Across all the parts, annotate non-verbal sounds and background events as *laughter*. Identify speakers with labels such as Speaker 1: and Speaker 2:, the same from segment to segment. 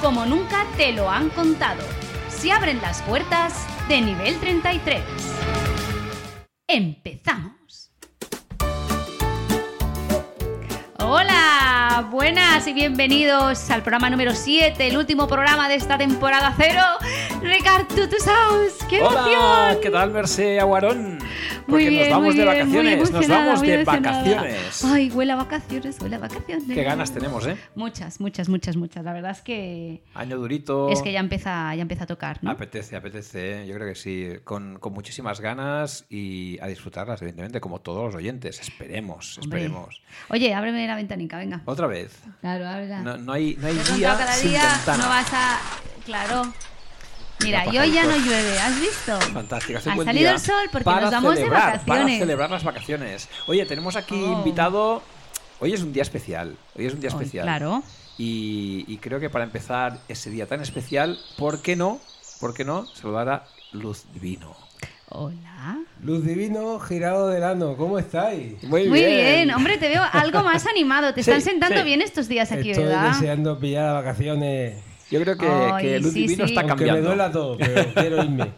Speaker 1: como nunca te lo han contado. Se abren las puertas de nivel 33. Empezamos. Hola, buenas y bienvenidos al programa número 7, el último programa de esta temporada cero. Ricardo Tutusaus, qué emoción.
Speaker 2: Hola, ¿qué tal, Mercé Aguarón? Porque
Speaker 1: Muy bien,
Speaker 2: nos vamos
Speaker 1: muy
Speaker 2: de
Speaker 1: bien, muy
Speaker 2: vacaciones, nos
Speaker 1: emocionada,
Speaker 2: vamos
Speaker 1: muy
Speaker 2: de
Speaker 1: emocionada.
Speaker 2: vacaciones.
Speaker 1: Ay, huele a vacaciones, huele a vacaciones.
Speaker 2: Qué ganas tenemos, ¿eh?
Speaker 1: Muchas, muchas, muchas, muchas. La verdad es que
Speaker 2: Año durito.
Speaker 1: es que ya empieza, ya empieza a tocar, ¿no?
Speaker 2: Apetece, apetece, ¿eh? yo creo que sí, con, con muchísimas ganas y a disfrutarlas, evidentemente, como todos los oyentes. Esperemos,
Speaker 1: Hombre.
Speaker 2: esperemos.
Speaker 1: Oye, ábreme la ventanica, venga.
Speaker 2: Otra vez,
Speaker 1: Claro, ábrela.
Speaker 2: no, no hay, no hay
Speaker 1: Te he
Speaker 2: día
Speaker 1: contado cada
Speaker 2: sin
Speaker 1: día,
Speaker 2: ventana.
Speaker 1: no vas a. Claro. Mira,
Speaker 2: Mira,
Speaker 1: y hoy ya no
Speaker 2: pajaritos.
Speaker 1: llueve, ¿has visto?
Speaker 2: Fantástico, hace
Speaker 1: Ha
Speaker 2: un buen
Speaker 1: salido
Speaker 2: día
Speaker 1: el sol porque
Speaker 2: para
Speaker 1: nos vamos de
Speaker 2: celebrar, Para
Speaker 1: vacaciones.
Speaker 2: celebrar las vacaciones. Oye, tenemos aquí
Speaker 1: Oh.
Speaker 2: invitado. Hoy es un día especial. Hoy es un día
Speaker 1: Hoy,
Speaker 2: especial.
Speaker 1: claro.
Speaker 2: Y, y creo que para empezar ese día tan especial, ¿por qué no? ¿Por qué no saludar a Luz Divino?
Speaker 1: Hola.
Speaker 3: Luz Divino, Girado del Ano, ¿cómo estáis?
Speaker 1: Muy bien. hombre, te veo algo más animado. Te
Speaker 2: Sí,
Speaker 1: están sentando
Speaker 2: sí.
Speaker 1: bien estos días aquí,
Speaker 3: Estoy
Speaker 1: ¿verdad?
Speaker 3: deseando pillar a vacaciones.
Speaker 2: Yo creo que,
Speaker 1: Ay,
Speaker 2: que Luz
Speaker 1: sí,
Speaker 2: Divino
Speaker 1: sí.
Speaker 2: está
Speaker 3: Aunque
Speaker 2: cambiando.
Speaker 3: me duela todo,
Speaker 2: *laughs*
Speaker 3: pero quiero irme.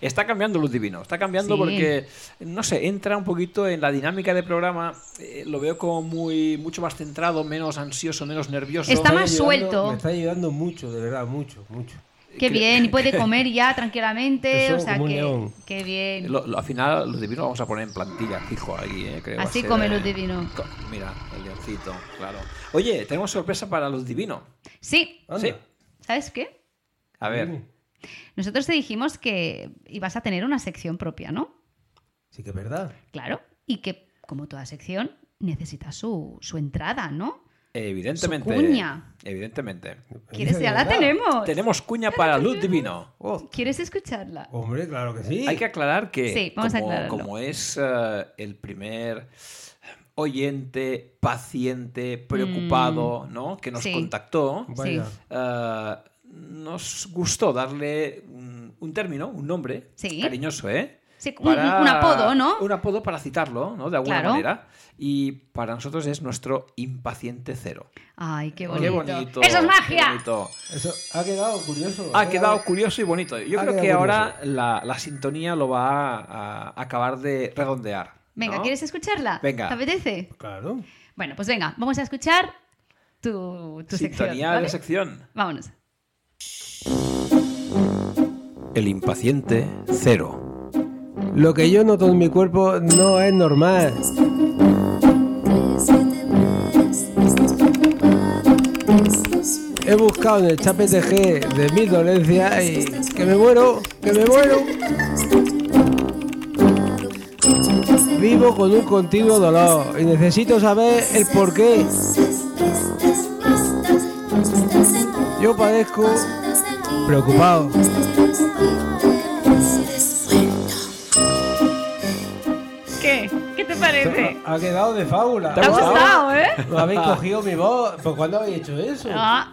Speaker 2: Está cambiando Luz Divino, está cambiando
Speaker 1: Sí.
Speaker 2: porque, no sé, entra un poquito en la dinámica del programa, eh, lo veo como muy mucho más centrado, menos ansioso, menos nervioso.
Speaker 1: Está
Speaker 3: Me
Speaker 1: más
Speaker 3: ayudando-
Speaker 1: suelto.
Speaker 3: Me está ayudando mucho, de verdad, mucho, mucho.
Speaker 1: Qué bien, y puede comer ya tranquilamente.
Speaker 3: Eso,
Speaker 1: o sea
Speaker 3: como un
Speaker 1: que.
Speaker 3: león.
Speaker 1: Qué bien.
Speaker 2: Lo- lo- al final, Luz Divino lo vamos a poner en plantilla, fijo, ahí, eh, creo. va a
Speaker 1: Así
Speaker 2: ser,
Speaker 1: come
Speaker 2: eh,
Speaker 1: Luz Divino.
Speaker 2: co- Mira, el leoncito, claro. Oye, tenemos sorpresa para Luz Divino.
Speaker 1: Sí,
Speaker 3: Anda.
Speaker 2: Sí.
Speaker 1: ¿sabes qué?
Speaker 2: A ver,
Speaker 3: Dime.
Speaker 1: Nosotros te dijimos que ibas a tener una sección propia, ¿no?
Speaker 3: Sí que es verdad.
Speaker 1: Claro. Y que, como toda sección, necesita su, su entrada, ¿no?
Speaker 2: evidentemente.
Speaker 1: Su cuña.
Speaker 2: Evidentemente.
Speaker 1: ¿Quieres?
Speaker 3: Sí,
Speaker 1: Ya la
Speaker 3: ¿verdad?
Speaker 1: tenemos.
Speaker 2: Tenemos cuña para Luz Divino. Oh,
Speaker 1: ¿Quieres escucharla?
Speaker 3: Hombre, claro que sí.
Speaker 2: Hay que aclarar que,
Speaker 1: Sí, vamos a
Speaker 2: como,
Speaker 1: aclararlo.
Speaker 2: como es eh, el primer oyente, paciente, preocupado, ¿no? Que nos
Speaker 1: Mm. Sí.
Speaker 2: contactó.
Speaker 3: Vaya.
Speaker 1: Sí.
Speaker 2: Eh, nos gustó darle un, un término, un nombre
Speaker 1: Sí.
Speaker 2: cariñoso, ¿eh?
Speaker 1: Sí, un- un apodo, ¿no?
Speaker 2: Un apodo para citarlo, ¿no? De alguna
Speaker 1: Claro.
Speaker 2: manera. Y para nosotros es nuestro impaciente cero.
Speaker 1: Ay, qué bonito.
Speaker 2: Qué bonito.
Speaker 1: ¡Eso es
Speaker 2: qué
Speaker 1: magia!
Speaker 2: bonito.
Speaker 3: Eso ha quedado curioso.
Speaker 2: Ha quedado curioso y bonito. Yo
Speaker 3: Ha
Speaker 2: creo que
Speaker 3: quedado
Speaker 2: ahora la, la sintonía lo va a, a acabar de redondear.
Speaker 1: Venga,
Speaker 2: ¿no?
Speaker 1: ¿quieres escucharla?
Speaker 2: Venga.
Speaker 1: ¿Te apetece?
Speaker 3: Claro.
Speaker 1: Bueno, pues venga, vamos a escuchar tu, tu sección.
Speaker 2: Sintonía
Speaker 1: ¿vale?
Speaker 2: de sección.
Speaker 1: Vámonos.
Speaker 2: El impaciente cero.
Speaker 3: Lo que yo noto en mi cuerpo no es normal. He buscado en el chat PTG de mi dolencia y que me muero, que me muero. Vivo con un continuo dolor y necesito saber el porqué. Yo padezco preocupado.
Speaker 1: ¿Qué? ¿Qué te parece?
Speaker 3: Ha quedado de fábula.
Speaker 1: ¿Te ha gustado, eh?
Speaker 3: No habéis cogido mi voz. ¿Pues cuándo habéis hecho eso?
Speaker 1: Ah,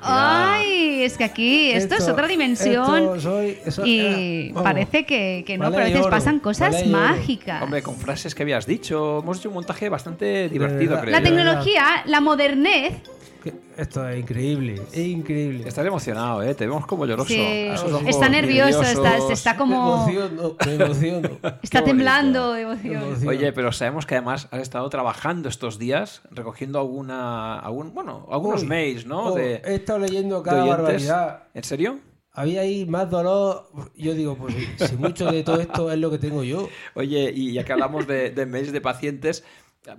Speaker 1: ay, es que aquí esto, es otra dimensión
Speaker 3: esto soy- eso
Speaker 1: y
Speaker 3: era- vamos.
Speaker 1: parece que, que no,
Speaker 3: Vale,
Speaker 1: pero a veces
Speaker 3: lloro,
Speaker 1: pasan cosas
Speaker 3: vale, lloro.
Speaker 1: mágicas.
Speaker 2: Hombre, con frases que habías dicho. Hemos hecho un montaje bastante divertido,
Speaker 3: verdad.
Speaker 2: creo.
Speaker 1: la
Speaker 2: yo. ¿eh?
Speaker 3: tecno-
Speaker 1: tecnología, la modernez,
Speaker 3: Que- Esto es increíble, es increíble.
Speaker 2: Estás emocionado, ¿eh? Te vemos como lloroso.
Speaker 1: sí,
Speaker 2: Esos ojos
Speaker 1: está nervioso, está,
Speaker 2: vidriosos.
Speaker 1: se está
Speaker 3: Me *laughs*
Speaker 1: como...
Speaker 3: emociono, me emociono.
Speaker 1: Está
Speaker 2: Qué
Speaker 1: temblando de
Speaker 3: Me
Speaker 1: emoción.
Speaker 3: emociono.
Speaker 2: Oye, pero sabemos que además has estado trabajando estos días recogiendo alguna, algún, bueno, algunos
Speaker 3: Uy,
Speaker 2: mails, ¿no?
Speaker 3: oh,
Speaker 2: de,
Speaker 3: He estado leyendo
Speaker 2: de
Speaker 3: cada
Speaker 2: oyentes.
Speaker 3: barbaridad.
Speaker 2: ¿En serio?
Speaker 3: Había ahí más dolor. Yo digo, pues
Speaker 2: *laughs*
Speaker 3: si- si mucho de todo esto es lo que tengo yo.
Speaker 2: Oye, y ya que hablamos de, de mails de pacientes,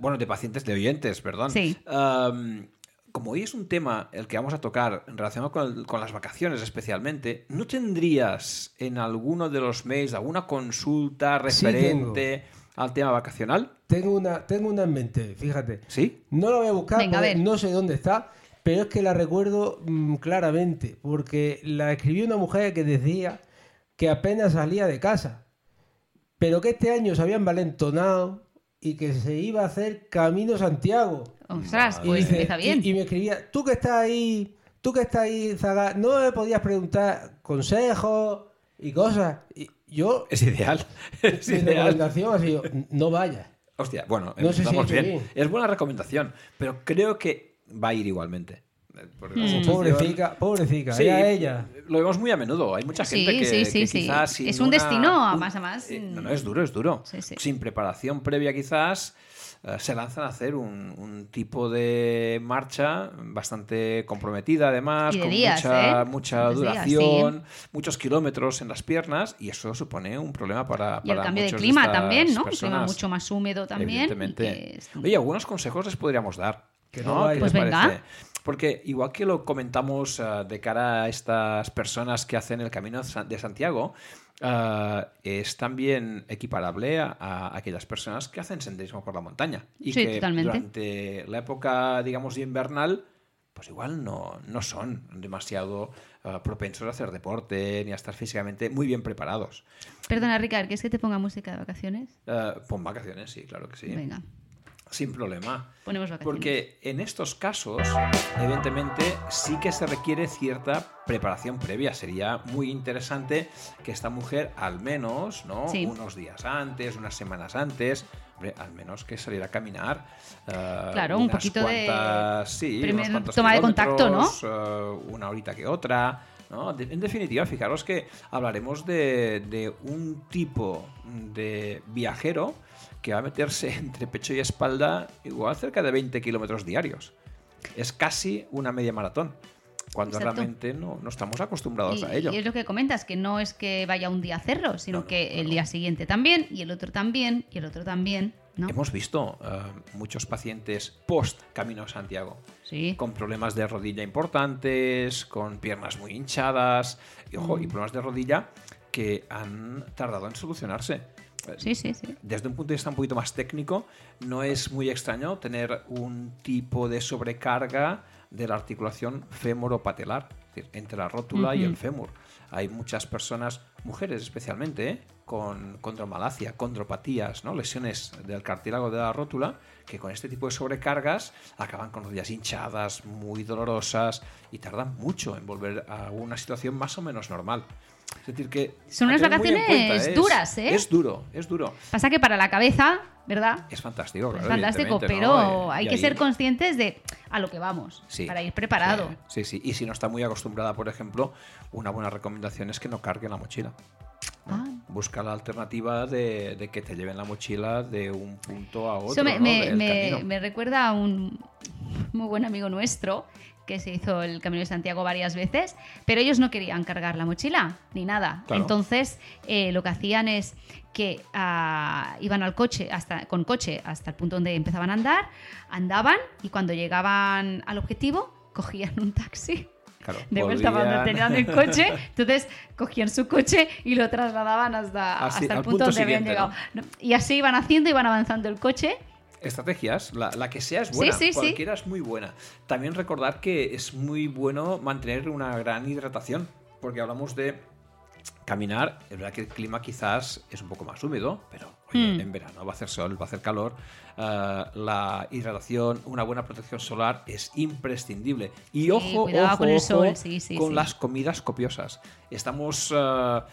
Speaker 2: bueno, de pacientes, de oyentes, perdón.
Speaker 1: Sí.
Speaker 2: Am, como hoy es un tema el que vamos a tocar relacionado con, el- con las vacaciones especialmente, ¿no tendrías en alguno de los mails alguna consulta
Speaker 3: Sí
Speaker 2: referente al tema vacacional.
Speaker 3: Tengo una, tengo una en mente, fíjate.
Speaker 2: ¿Sí?
Speaker 3: No la voy a buscar,
Speaker 1: Venga, a
Speaker 3: porque
Speaker 1: ver.
Speaker 3: no sé dónde está, pero es que la recuerdo mm, claramente, porque la escribió una mujer que decía que apenas salía de casa, pero que este año se habían valentonado y que se iba a hacer Camino Santiago.
Speaker 1: Ostras,
Speaker 2: Madre.
Speaker 1: pues
Speaker 3: dice-
Speaker 1: empieza bien.
Speaker 3: y- y me escribía, tú que estás ahí, tú que estás ahí, Zaga, no me podías preguntar consejos y cosas. Y yo,
Speaker 2: Es ideal. *laughs* Es
Speaker 3: mi
Speaker 2: ideal.
Speaker 3: recomendación ha sido, no vayas.
Speaker 2: Hostia, bueno,
Speaker 3: No sé si
Speaker 2: empezamos
Speaker 3: he
Speaker 2: bien.
Speaker 3: hecho bien.
Speaker 2: Es buena recomendación, pero creo que va a ir igualmente. Eh, porque
Speaker 3: Mm.
Speaker 2: las instituciones-
Speaker 3: Pobrecica, pobrecica,
Speaker 2: Sí,
Speaker 3: era ella.
Speaker 2: Lo vemos muy a menudo. Hay mucha
Speaker 1: Sí,
Speaker 2: gente que,
Speaker 1: sí, sí,
Speaker 2: que
Speaker 1: sí.
Speaker 2: quizás sin
Speaker 1: Es un destino, a más a más,
Speaker 2: Eh,
Speaker 1: mm.
Speaker 2: No, no, es duro, es duro.
Speaker 1: Sí, sí.
Speaker 2: Sin preparación previa quizás eh, se lanzan a hacer un, un tipo de marcha bastante comprometida además,
Speaker 1: Y de
Speaker 2: con
Speaker 1: días,
Speaker 2: mucha,
Speaker 1: ¿eh?
Speaker 2: mucha
Speaker 1: Muchos días, sí.
Speaker 2: duración, muchos kilómetros en las piernas y eso supone un problema para...
Speaker 1: Y el
Speaker 2: para
Speaker 1: cambio de
Speaker 2: muchos
Speaker 1: clima
Speaker 2: estas
Speaker 1: también, ¿no? Un clima
Speaker 2: personas.
Speaker 1: mucho más húmedo también. y que
Speaker 2: Evidentemente.
Speaker 1: es-
Speaker 2: Oye, algunos consejos les podríamos dar.
Speaker 3: Que
Speaker 2: ¿no?
Speaker 3: no vaya.
Speaker 2: ¿Qué
Speaker 1: Pues
Speaker 2: les
Speaker 1: venga.
Speaker 2: parece? Porque igual que lo comentamos ah, de cara a estas personas que hacen el camino de San- de Santiago, ah, es también equiparable a, a aquellas personas que hacen senderismo por la montaña. Y
Speaker 1: Sí,
Speaker 2: que
Speaker 1: totalmente.
Speaker 2: durante la época, digamos, de invernal, pues igual no, no son demasiado ah, propensos a hacer deporte ni a estar físicamente muy bien preparados.
Speaker 1: Perdona, Ricard, ¿quieres que te ponga música de vacaciones?
Speaker 2: Ah, pon vacaciones, sí, claro que sí.
Speaker 1: Venga,
Speaker 2: Sin problema.
Speaker 1: ponemos vacaciones.
Speaker 2: Porque en estos casos, evidentemente, sí que se requiere cierta preparación previa. Sería muy interesante que esta mujer, al menos, ¿no?
Speaker 1: Sí.
Speaker 2: Unos días antes, unas semanas antes, hombre, al menos que saliera a caminar. eh,
Speaker 1: Claro, un
Speaker 2: unas
Speaker 1: poquito de
Speaker 2: cuantas- Sí,
Speaker 1: primer
Speaker 2: unos cuantos
Speaker 1: toma de contacto, ¿no?
Speaker 2: kilómetros, eh, una horita que otra. ¿no? De- en definitiva, fijaros que hablaremos de, de un tipo de viajero que va a meterse *laughs* entre pecho y espalda igual cerca de 20 kilómetros diarios. Es casi una media maratón, cuando
Speaker 1: Exacto.
Speaker 2: realmente no, no estamos acostumbrados
Speaker 1: Y,
Speaker 2: a ello.
Speaker 1: y es lo que comentas, que no es que vaya un día a hacerlo, sino
Speaker 2: No, no,
Speaker 1: que el día siguiente también, y el otro también, y el otro también, ¿no?
Speaker 2: Hemos visto eh, muchos pacientes post Camino a Santiago
Speaker 1: Sí.
Speaker 2: con problemas de rodilla importantes, con piernas muy hinchadas y, ojo, y problemas de rodilla que han tardado en solucionarse. Eh,
Speaker 1: Sí, sí, sí.
Speaker 2: Desde un punto de vista un poquito más técnico, no es muy extraño tener un tipo de sobrecarga de la articulación fémoro-patelar, es decir, entre la rótula y
Speaker 1: Ujú.
Speaker 2: el fémur. Hay muchas personas, mujeres especialmente, ¿eh? con condromalacia, condropatías, ¿no? lesiones del cartílago de la rótula, que con este tipo de sobrecargas acaban con rodillas hinchadas, muy dolorosas y tardan mucho en volver a una situación más o menos normal. Es decir, que.
Speaker 1: Son
Speaker 2: hay
Speaker 1: unas
Speaker 2: que tener muy en
Speaker 1: vacaciones
Speaker 2: es-
Speaker 1: duras, ¿eh?
Speaker 2: Es duro, es duro.
Speaker 1: Pasa que para la cabeza, ¿verdad?
Speaker 2: Es fantástico,
Speaker 1: Es
Speaker 2: claro,
Speaker 1: fantástico,
Speaker 2: evidentemente,
Speaker 1: pero
Speaker 2: ¿no? Eh,
Speaker 1: hay
Speaker 2: y
Speaker 1: que
Speaker 2: ahí-
Speaker 1: ser conscientes de a lo que vamos,
Speaker 2: Sí,
Speaker 1: para ir preparado.
Speaker 2: Sí, sí, sí. Y si no está muy acostumbrada, por ejemplo, una buena recomendación es que no cargue la mochila.
Speaker 1: Ah.
Speaker 2: Busca la alternativa de, de que te lleven la mochila de un punto a otro.
Speaker 1: Eso me,
Speaker 2: ¿no?
Speaker 1: me-
Speaker 2: del
Speaker 1: me-
Speaker 2: camino.
Speaker 1: me recuerda a un muy buen amigo nuestro que se hizo el Camino de Santiago varias veces, pero ellos no querían cargar la mochila ni nada.
Speaker 2: Claro.
Speaker 1: Entonces, eh, lo que hacían es que ah, iban al coche, hasta, con coche, hasta el punto donde empezaban a andar, andaban y cuando llegaban al objetivo, cogían un taxi.
Speaker 2: Claro,
Speaker 1: De vuelta
Speaker 2: volvían
Speaker 1: cuando tenían el coche, entonces cogían su coche y lo trasladaban hasta,
Speaker 2: Así,
Speaker 1: hasta el
Speaker 2: al
Speaker 1: punto,
Speaker 2: punto
Speaker 1: donde habían
Speaker 2: siguiente,
Speaker 1: llegado. Y así iban haciendo, iban avanzando el coche
Speaker 2: Estrategias, la, la que sea es buena,
Speaker 1: Sí, sí, sí.
Speaker 2: cualquiera es muy buena. También recordar que es muy bueno mantener una gran hidratación, porque hablamos de caminar, es verdad que el clima quizás es un poco más húmedo, pero oye,
Speaker 1: Mm.
Speaker 2: en verano va a hacer sol, va a hacer calor, ah, la hidratación, una buena protección solar es imprescindible. Y ojo,
Speaker 1: cuidado
Speaker 2: ojo,
Speaker 1: con el
Speaker 2: ojo
Speaker 1: sol, sí, sí,
Speaker 2: con
Speaker 1: sí.
Speaker 2: las comidas copiosas. Estamos... ah,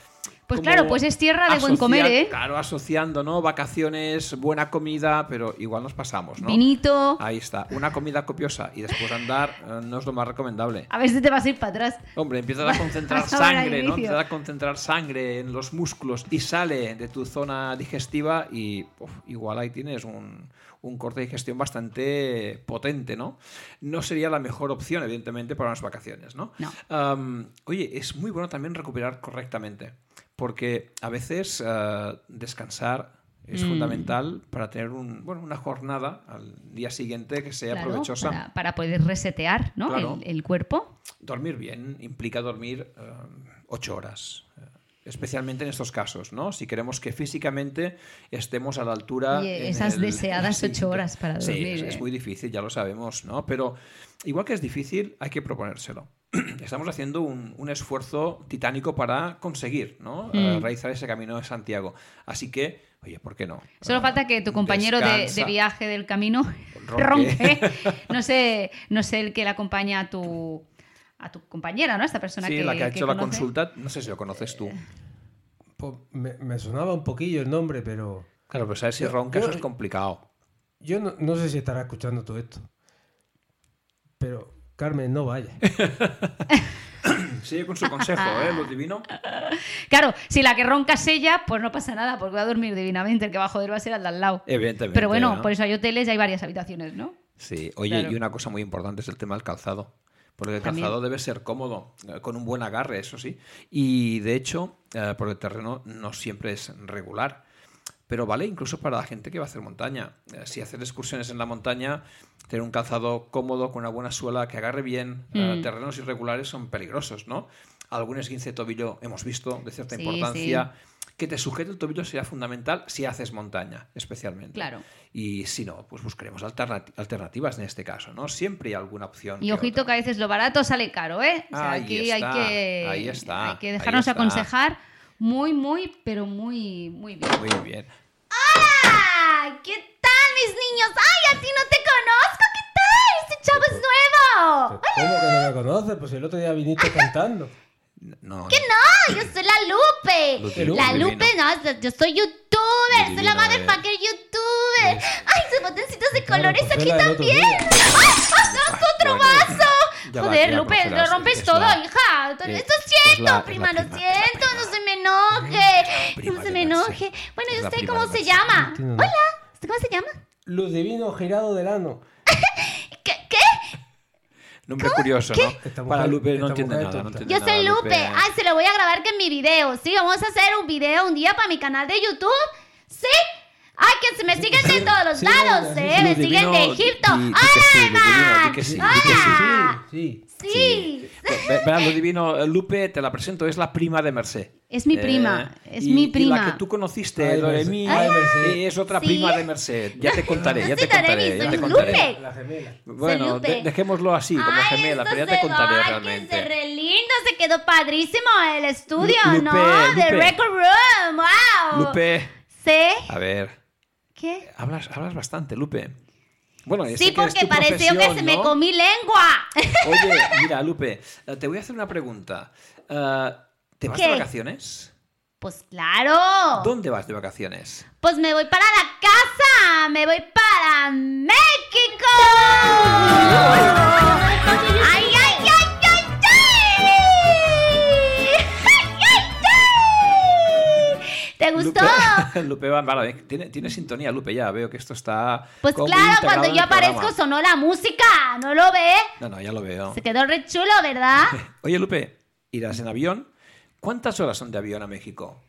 Speaker 1: Pues
Speaker 2: como
Speaker 1: claro, pues es tierra de buen comer,
Speaker 2: asocia-
Speaker 1: ¿eh?
Speaker 2: Claro, asociando, ¿no? Vacaciones, buena comida, pero igual nos pasamos, ¿no?
Speaker 1: Vinito.
Speaker 2: Ahí está, una comida copiosa y después andar eh, no es lo más recomendable.
Speaker 1: A veces te vas a ir para atrás.
Speaker 2: Hombre,
Speaker 1: *laughs*
Speaker 2: empiezas a concentrar
Speaker 1: Vas a ver al
Speaker 2: sangre, ¿no?
Speaker 1: inicio.
Speaker 2: Empiezas a concentrar sangre en los músculos y sale de tu zona digestiva y uf, igual ahí tienes un, un corte de digestión bastante potente, ¿no? No sería la mejor opción, evidentemente, para unas vacaciones, ¿no?
Speaker 1: No.
Speaker 2: Am, oye, es muy bueno también recuperar correctamente, porque a veces ah, descansar es
Speaker 1: Mm.
Speaker 2: fundamental para tener un, bueno, una jornada al día siguiente que sea
Speaker 1: claro,
Speaker 2: provechosa.
Speaker 1: para, para poder resetear ¿no?
Speaker 2: Claro.
Speaker 1: el, el cuerpo.
Speaker 2: Dormir bien implica dormir eh, ocho horas. eh, especialmente en estos casos, ¿no? Si queremos que físicamente estemos a la altura...
Speaker 4: Y
Speaker 2: en
Speaker 4: esas
Speaker 2: el- *laughs*
Speaker 4: deseadas
Speaker 2: Sí,
Speaker 4: ocho horas para
Speaker 2: sí,
Speaker 4: dormir,
Speaker 2: es,
Speaker 4: ¿eh?
Speaker 2: es muy difícil, ya lo sabemos, ¿no? Pero igual que es difícil, hay que proponérselo. *clears throat* Estamos haciendo un, un esfuerzo titánico para conseguir, ¿no?
Speaker 4: Mm.
Speaker 2: Eh, Realizar ese camino de Santiago. Así que, oye, ¿por qué no?
Speaker 4: Solo
Speaker 2: Eh,
Speaker 4: falta que tu compañero de,
Speaker 2: descansa.
Speaker 4: de viaje del camino
Speaker 2: *laughs* Ronque. *laughs*
Speaker 4: ronque. No sé, no sé el que le acompaña a tu a tu compañera, ¿no? Esta persona
Speaker 2: Sí,
Speaker 4: que
Speaker 2: la que ha hecho la
Speaker 4: conoce.
Speaker 2: consulta, no sé si lo conoces tú.
Speaker 3: Pues me, me sonaba un poquillo el nombre, pero
Speaker 2: Claro, pero sabes si ronca,
Speaker 3: yo-
Speaker 2: eso es complicado.
Speaker 3: yo no, no sé si estará escuchando todo esto. Pero, Carmen, no
Speaker 2: *laughs*
Speaker 3: vaya.
Speaker 2: Sigue con su consejo, ¿eh? Lo divino.
Speaker 4: Claro, si la que ronca es ella, pues no pasa nada, porque va a dormir divinamente, el que va a joder va a ser al de al lado.
Speaker 2: Evidentemente.
Speaker 4: Pero bueno,
Speaker 2: ¿no?
Speaker 4: por eso hay hoteles y hay varias habitaciones, ¿no?
Speaker 2: Sí, oye,
Speaker 4: Claro.
Speaker 2: y una cosa muy importante es el tema del calzado. Porque el
Speaker 4: También.
Speaker 2: calzado debe ser cómodo, eh, con un buen agarre, eso sí. Y de hecho, eh, por el terreno no siempre es regular. Pero vale incluso para la gente que va a hacer montaña. Eh, si hacer excursiones en la montaña, tener un calzado cómodo, con una buena suela, que agarre bien, eh,
Speaker 4: Mm.
Speaker 2: terrenos irregulares son peligrosos, ¿no? Algún esguince de tobillo hemos visto de cierta
Speaker 4: Sí,
Speaker 2: importancia. Que te sujete el tobillo será fundamental si haces montaña, especialmente.
Speaker 4: Claro.
Speaker 2: Y si no, pues buscaremos alternati- alternativas en este caso, ¿no? Siempre hay alguna opción.
Speaker 4: Y ojito que
Speaker 2: otra.
Speaker 4: a veces lo barato sale caro, ¿eh? O sea,
Speaker 2: Ahí
Speaker 4: aquí
Speaker 2: está,
Speaker 4: hay que
Speaker 2: ahí está,
Speaker 4: hay que
Speaker 2: ahí
Speaker 4: dejarnos
Speaker 2: está.
Speaker 4: aconsejar muy muy pero muy muy bien.
Speaker 2: Muy bien.
Speaker 4: ¡Ah! ¿Qué tal, mis niños? ¡Ay, a ti no te conozco! ¿Qué tal? ¡Este chavo es nuevo!
Speaker 3: ¿Cómo que no me conoces? Pues el otro día viniste cantando.
Speaker 2: No,
Speaker 5: No, yo soy la Lupe.
Speaker 2: Lupe,
Speaker 5: La
Speaker 2: Lupe,
Speaker 5: Lupe, no, yo soy youtuber. Soy la
Speaker 2: Divino eres.
Speaker 5: motherfucker youtuber. Ay, sus botoncitos de colores
Speaker 3: Claro, pues
Speaker 5: aquí
Speaker 3: era el otro
Speaker 5: también.
Speaker 3: día.
Speaker 2: otro vaso!
Speaker 4: Joder, Lupe, lo rompes todo, hija. Todo-
Speaker 2: es-
Speaker 5: Esto es
Speaker 2: es
Speaker 5: cierto,
Speaker 2: la- es la
Speaker 5: prima,
Speaker 2: prima,
Speaker 5: lo
Speaker 2: es la
Speaker 5: siento.
Speaker 2: prima.
Speaker 5: No se me enoje.
Speaker 2: prima
Speaker 5: No se
Speaker 2: de
Speaker 5: me
Speaker 2: Merced.
Speaker 5: enoje. Bueno,
Speaker 2: Es
Speaker 5: ¿y
Speaker 2: la
Speaker 5: usted
Speaker 2: prima
Speaker 5: cómo
Speaker 2: de
Speaker 5: se
Speaker 2: Merced.
Speaker 3: No
Speaker 5: llama?
Speaker 3: entiendo nada.
Speaker 5: Hola, ¿usted cómo se llama?
Speaker 3: Luz Divino Girado del Ano.
Speaker 5: ¿Qué? qué?
Speaker 2: Nombre curioso,
Speaker 3: Esta
Speaker 2: ¿no?
Speaker 3: mujer-
Speaker 2: Para Lupe
Speaker 3: esta
Speaker 2: no entiende
Speaker 3: mujer
Speaker 2: nada.
Speaker 3: tonta.
Speaker 2: No entiende
Speaker 5: Yo
Speaker 2: nada,
Speaker 5: soy Lupe. Ay, se lo voy a grabar que en mi video. Sí, vamos a hacer un video un día para mi canal de YouTube. ¿Sí? Ay, que se me siguen de todos los
Speaker 3: sí,
Speaker 5: lados,
Speaker 3: sí,
Speaker 5: ¿eh? Me
Speaker 2: Lu
Speaker 5: siguen de
Speaker 2: Divino,
Speaker 5: Egipto.
Speaker 2: di- di que sí, Lu Divino, di que sí, di que sí.
Speaker 5: Ah.
Speaker 3: Sí, sí.
Speaker 5: Sí.
Speaker 2: Ve- ve- verá, lo divino, eh, Lupe, te la presento, es la prima de Merced.
Speaker 4: Es mi
Speaker 2: Eh,
Speaker 4: prima, es
Speaker 2: y-
Speaker 4: mi
Speaker 2: Y la
Speaker 4: prima.
Speaker 2: que tú conociste,
Speaker 3: Ay,
Speaker 2: Doremi,
Speaker 3: Merced. Ay, Merced.
Speaker 2: eh, es otra
Speaker 5: Sí.
Speaker 2: prima de Merced. Ya te contaré, ya te
Speaker 5: soy Doremi,
Speaker 2: contaré, ya
Speaker 5: soy
Speaker 2: te
Speaker 5: Lupe.
Speaker 2: contaré.
Speaker 3: La gemela.
Speaker 2: Bueno,
Speaker 5: Lupe.
Speaker 2: de- dejémoslo así, como
Speaker 5: Ay,
Speaker 2: gemela,
Speaker 5: esto
Speaker 2: pero ya
Speaker 5: se
Speaker 2: te contaré
Speaker 5: va, que
Speaker 2: realmente.
Speaker 5: se re lindo, se quedó padrísimo el estudio,
Speaker 2: Lu-
Speaker 5: ¿no?
Speaker 2: Lupe,
Speaker 5: De
Speaker 2: Lupe.
Speaker 5: Record Room, wow.
Speaker 2: Lupe,
Speaker 5: ¿Sí?
Speaker 2: a ver,
Speaker 5: ¿Qué?
Speaker 2: hablas, hablas bastante, Lupe. Bueno,
Speaker 5: Sí, porque pareció
Speaker 2: pareció
Speaker 5: que se me *laughs* comí lengua.
Speaker 2: Oye, mira, Lupe, eh, te voy a hacer una pregunta. Ah, ¿Te vas
Speaker 5: ¿Qué?
Speaker 2: de vacaciones?
Speaker 5: Pues claro.
Speaker 2: ¿Dónde vas de vacaciones?
Speaker 5: Pues me voy para la casa, me voy para México. ¡Ay, ay, ay, ay, ay! ¡Ay, ay, ay! ¿Te gustó?
Speaker 2: Lupe, *laughs* Lupe va, vale, tiene, tiene sintonía, Lupe, ya veo que esto está.
Speaker 5: Pues
Speaker 2: como
Speaker 5: claro,
Speaker 2: integrado
Speaker 5: cuando
Speaker 2: en
Speaker 5: yo
Speaker 2: el programa.
Speaker 5: aparezco sonó la música, ¿no lo ve?
Speaker 2: No, no, ya lo veo.
Speaker 5: Se quedó re chulo, ¿verdad?
Speaker 2: Oye, Lupe, irás en avión. ¿Cuántas horas son de avión a México?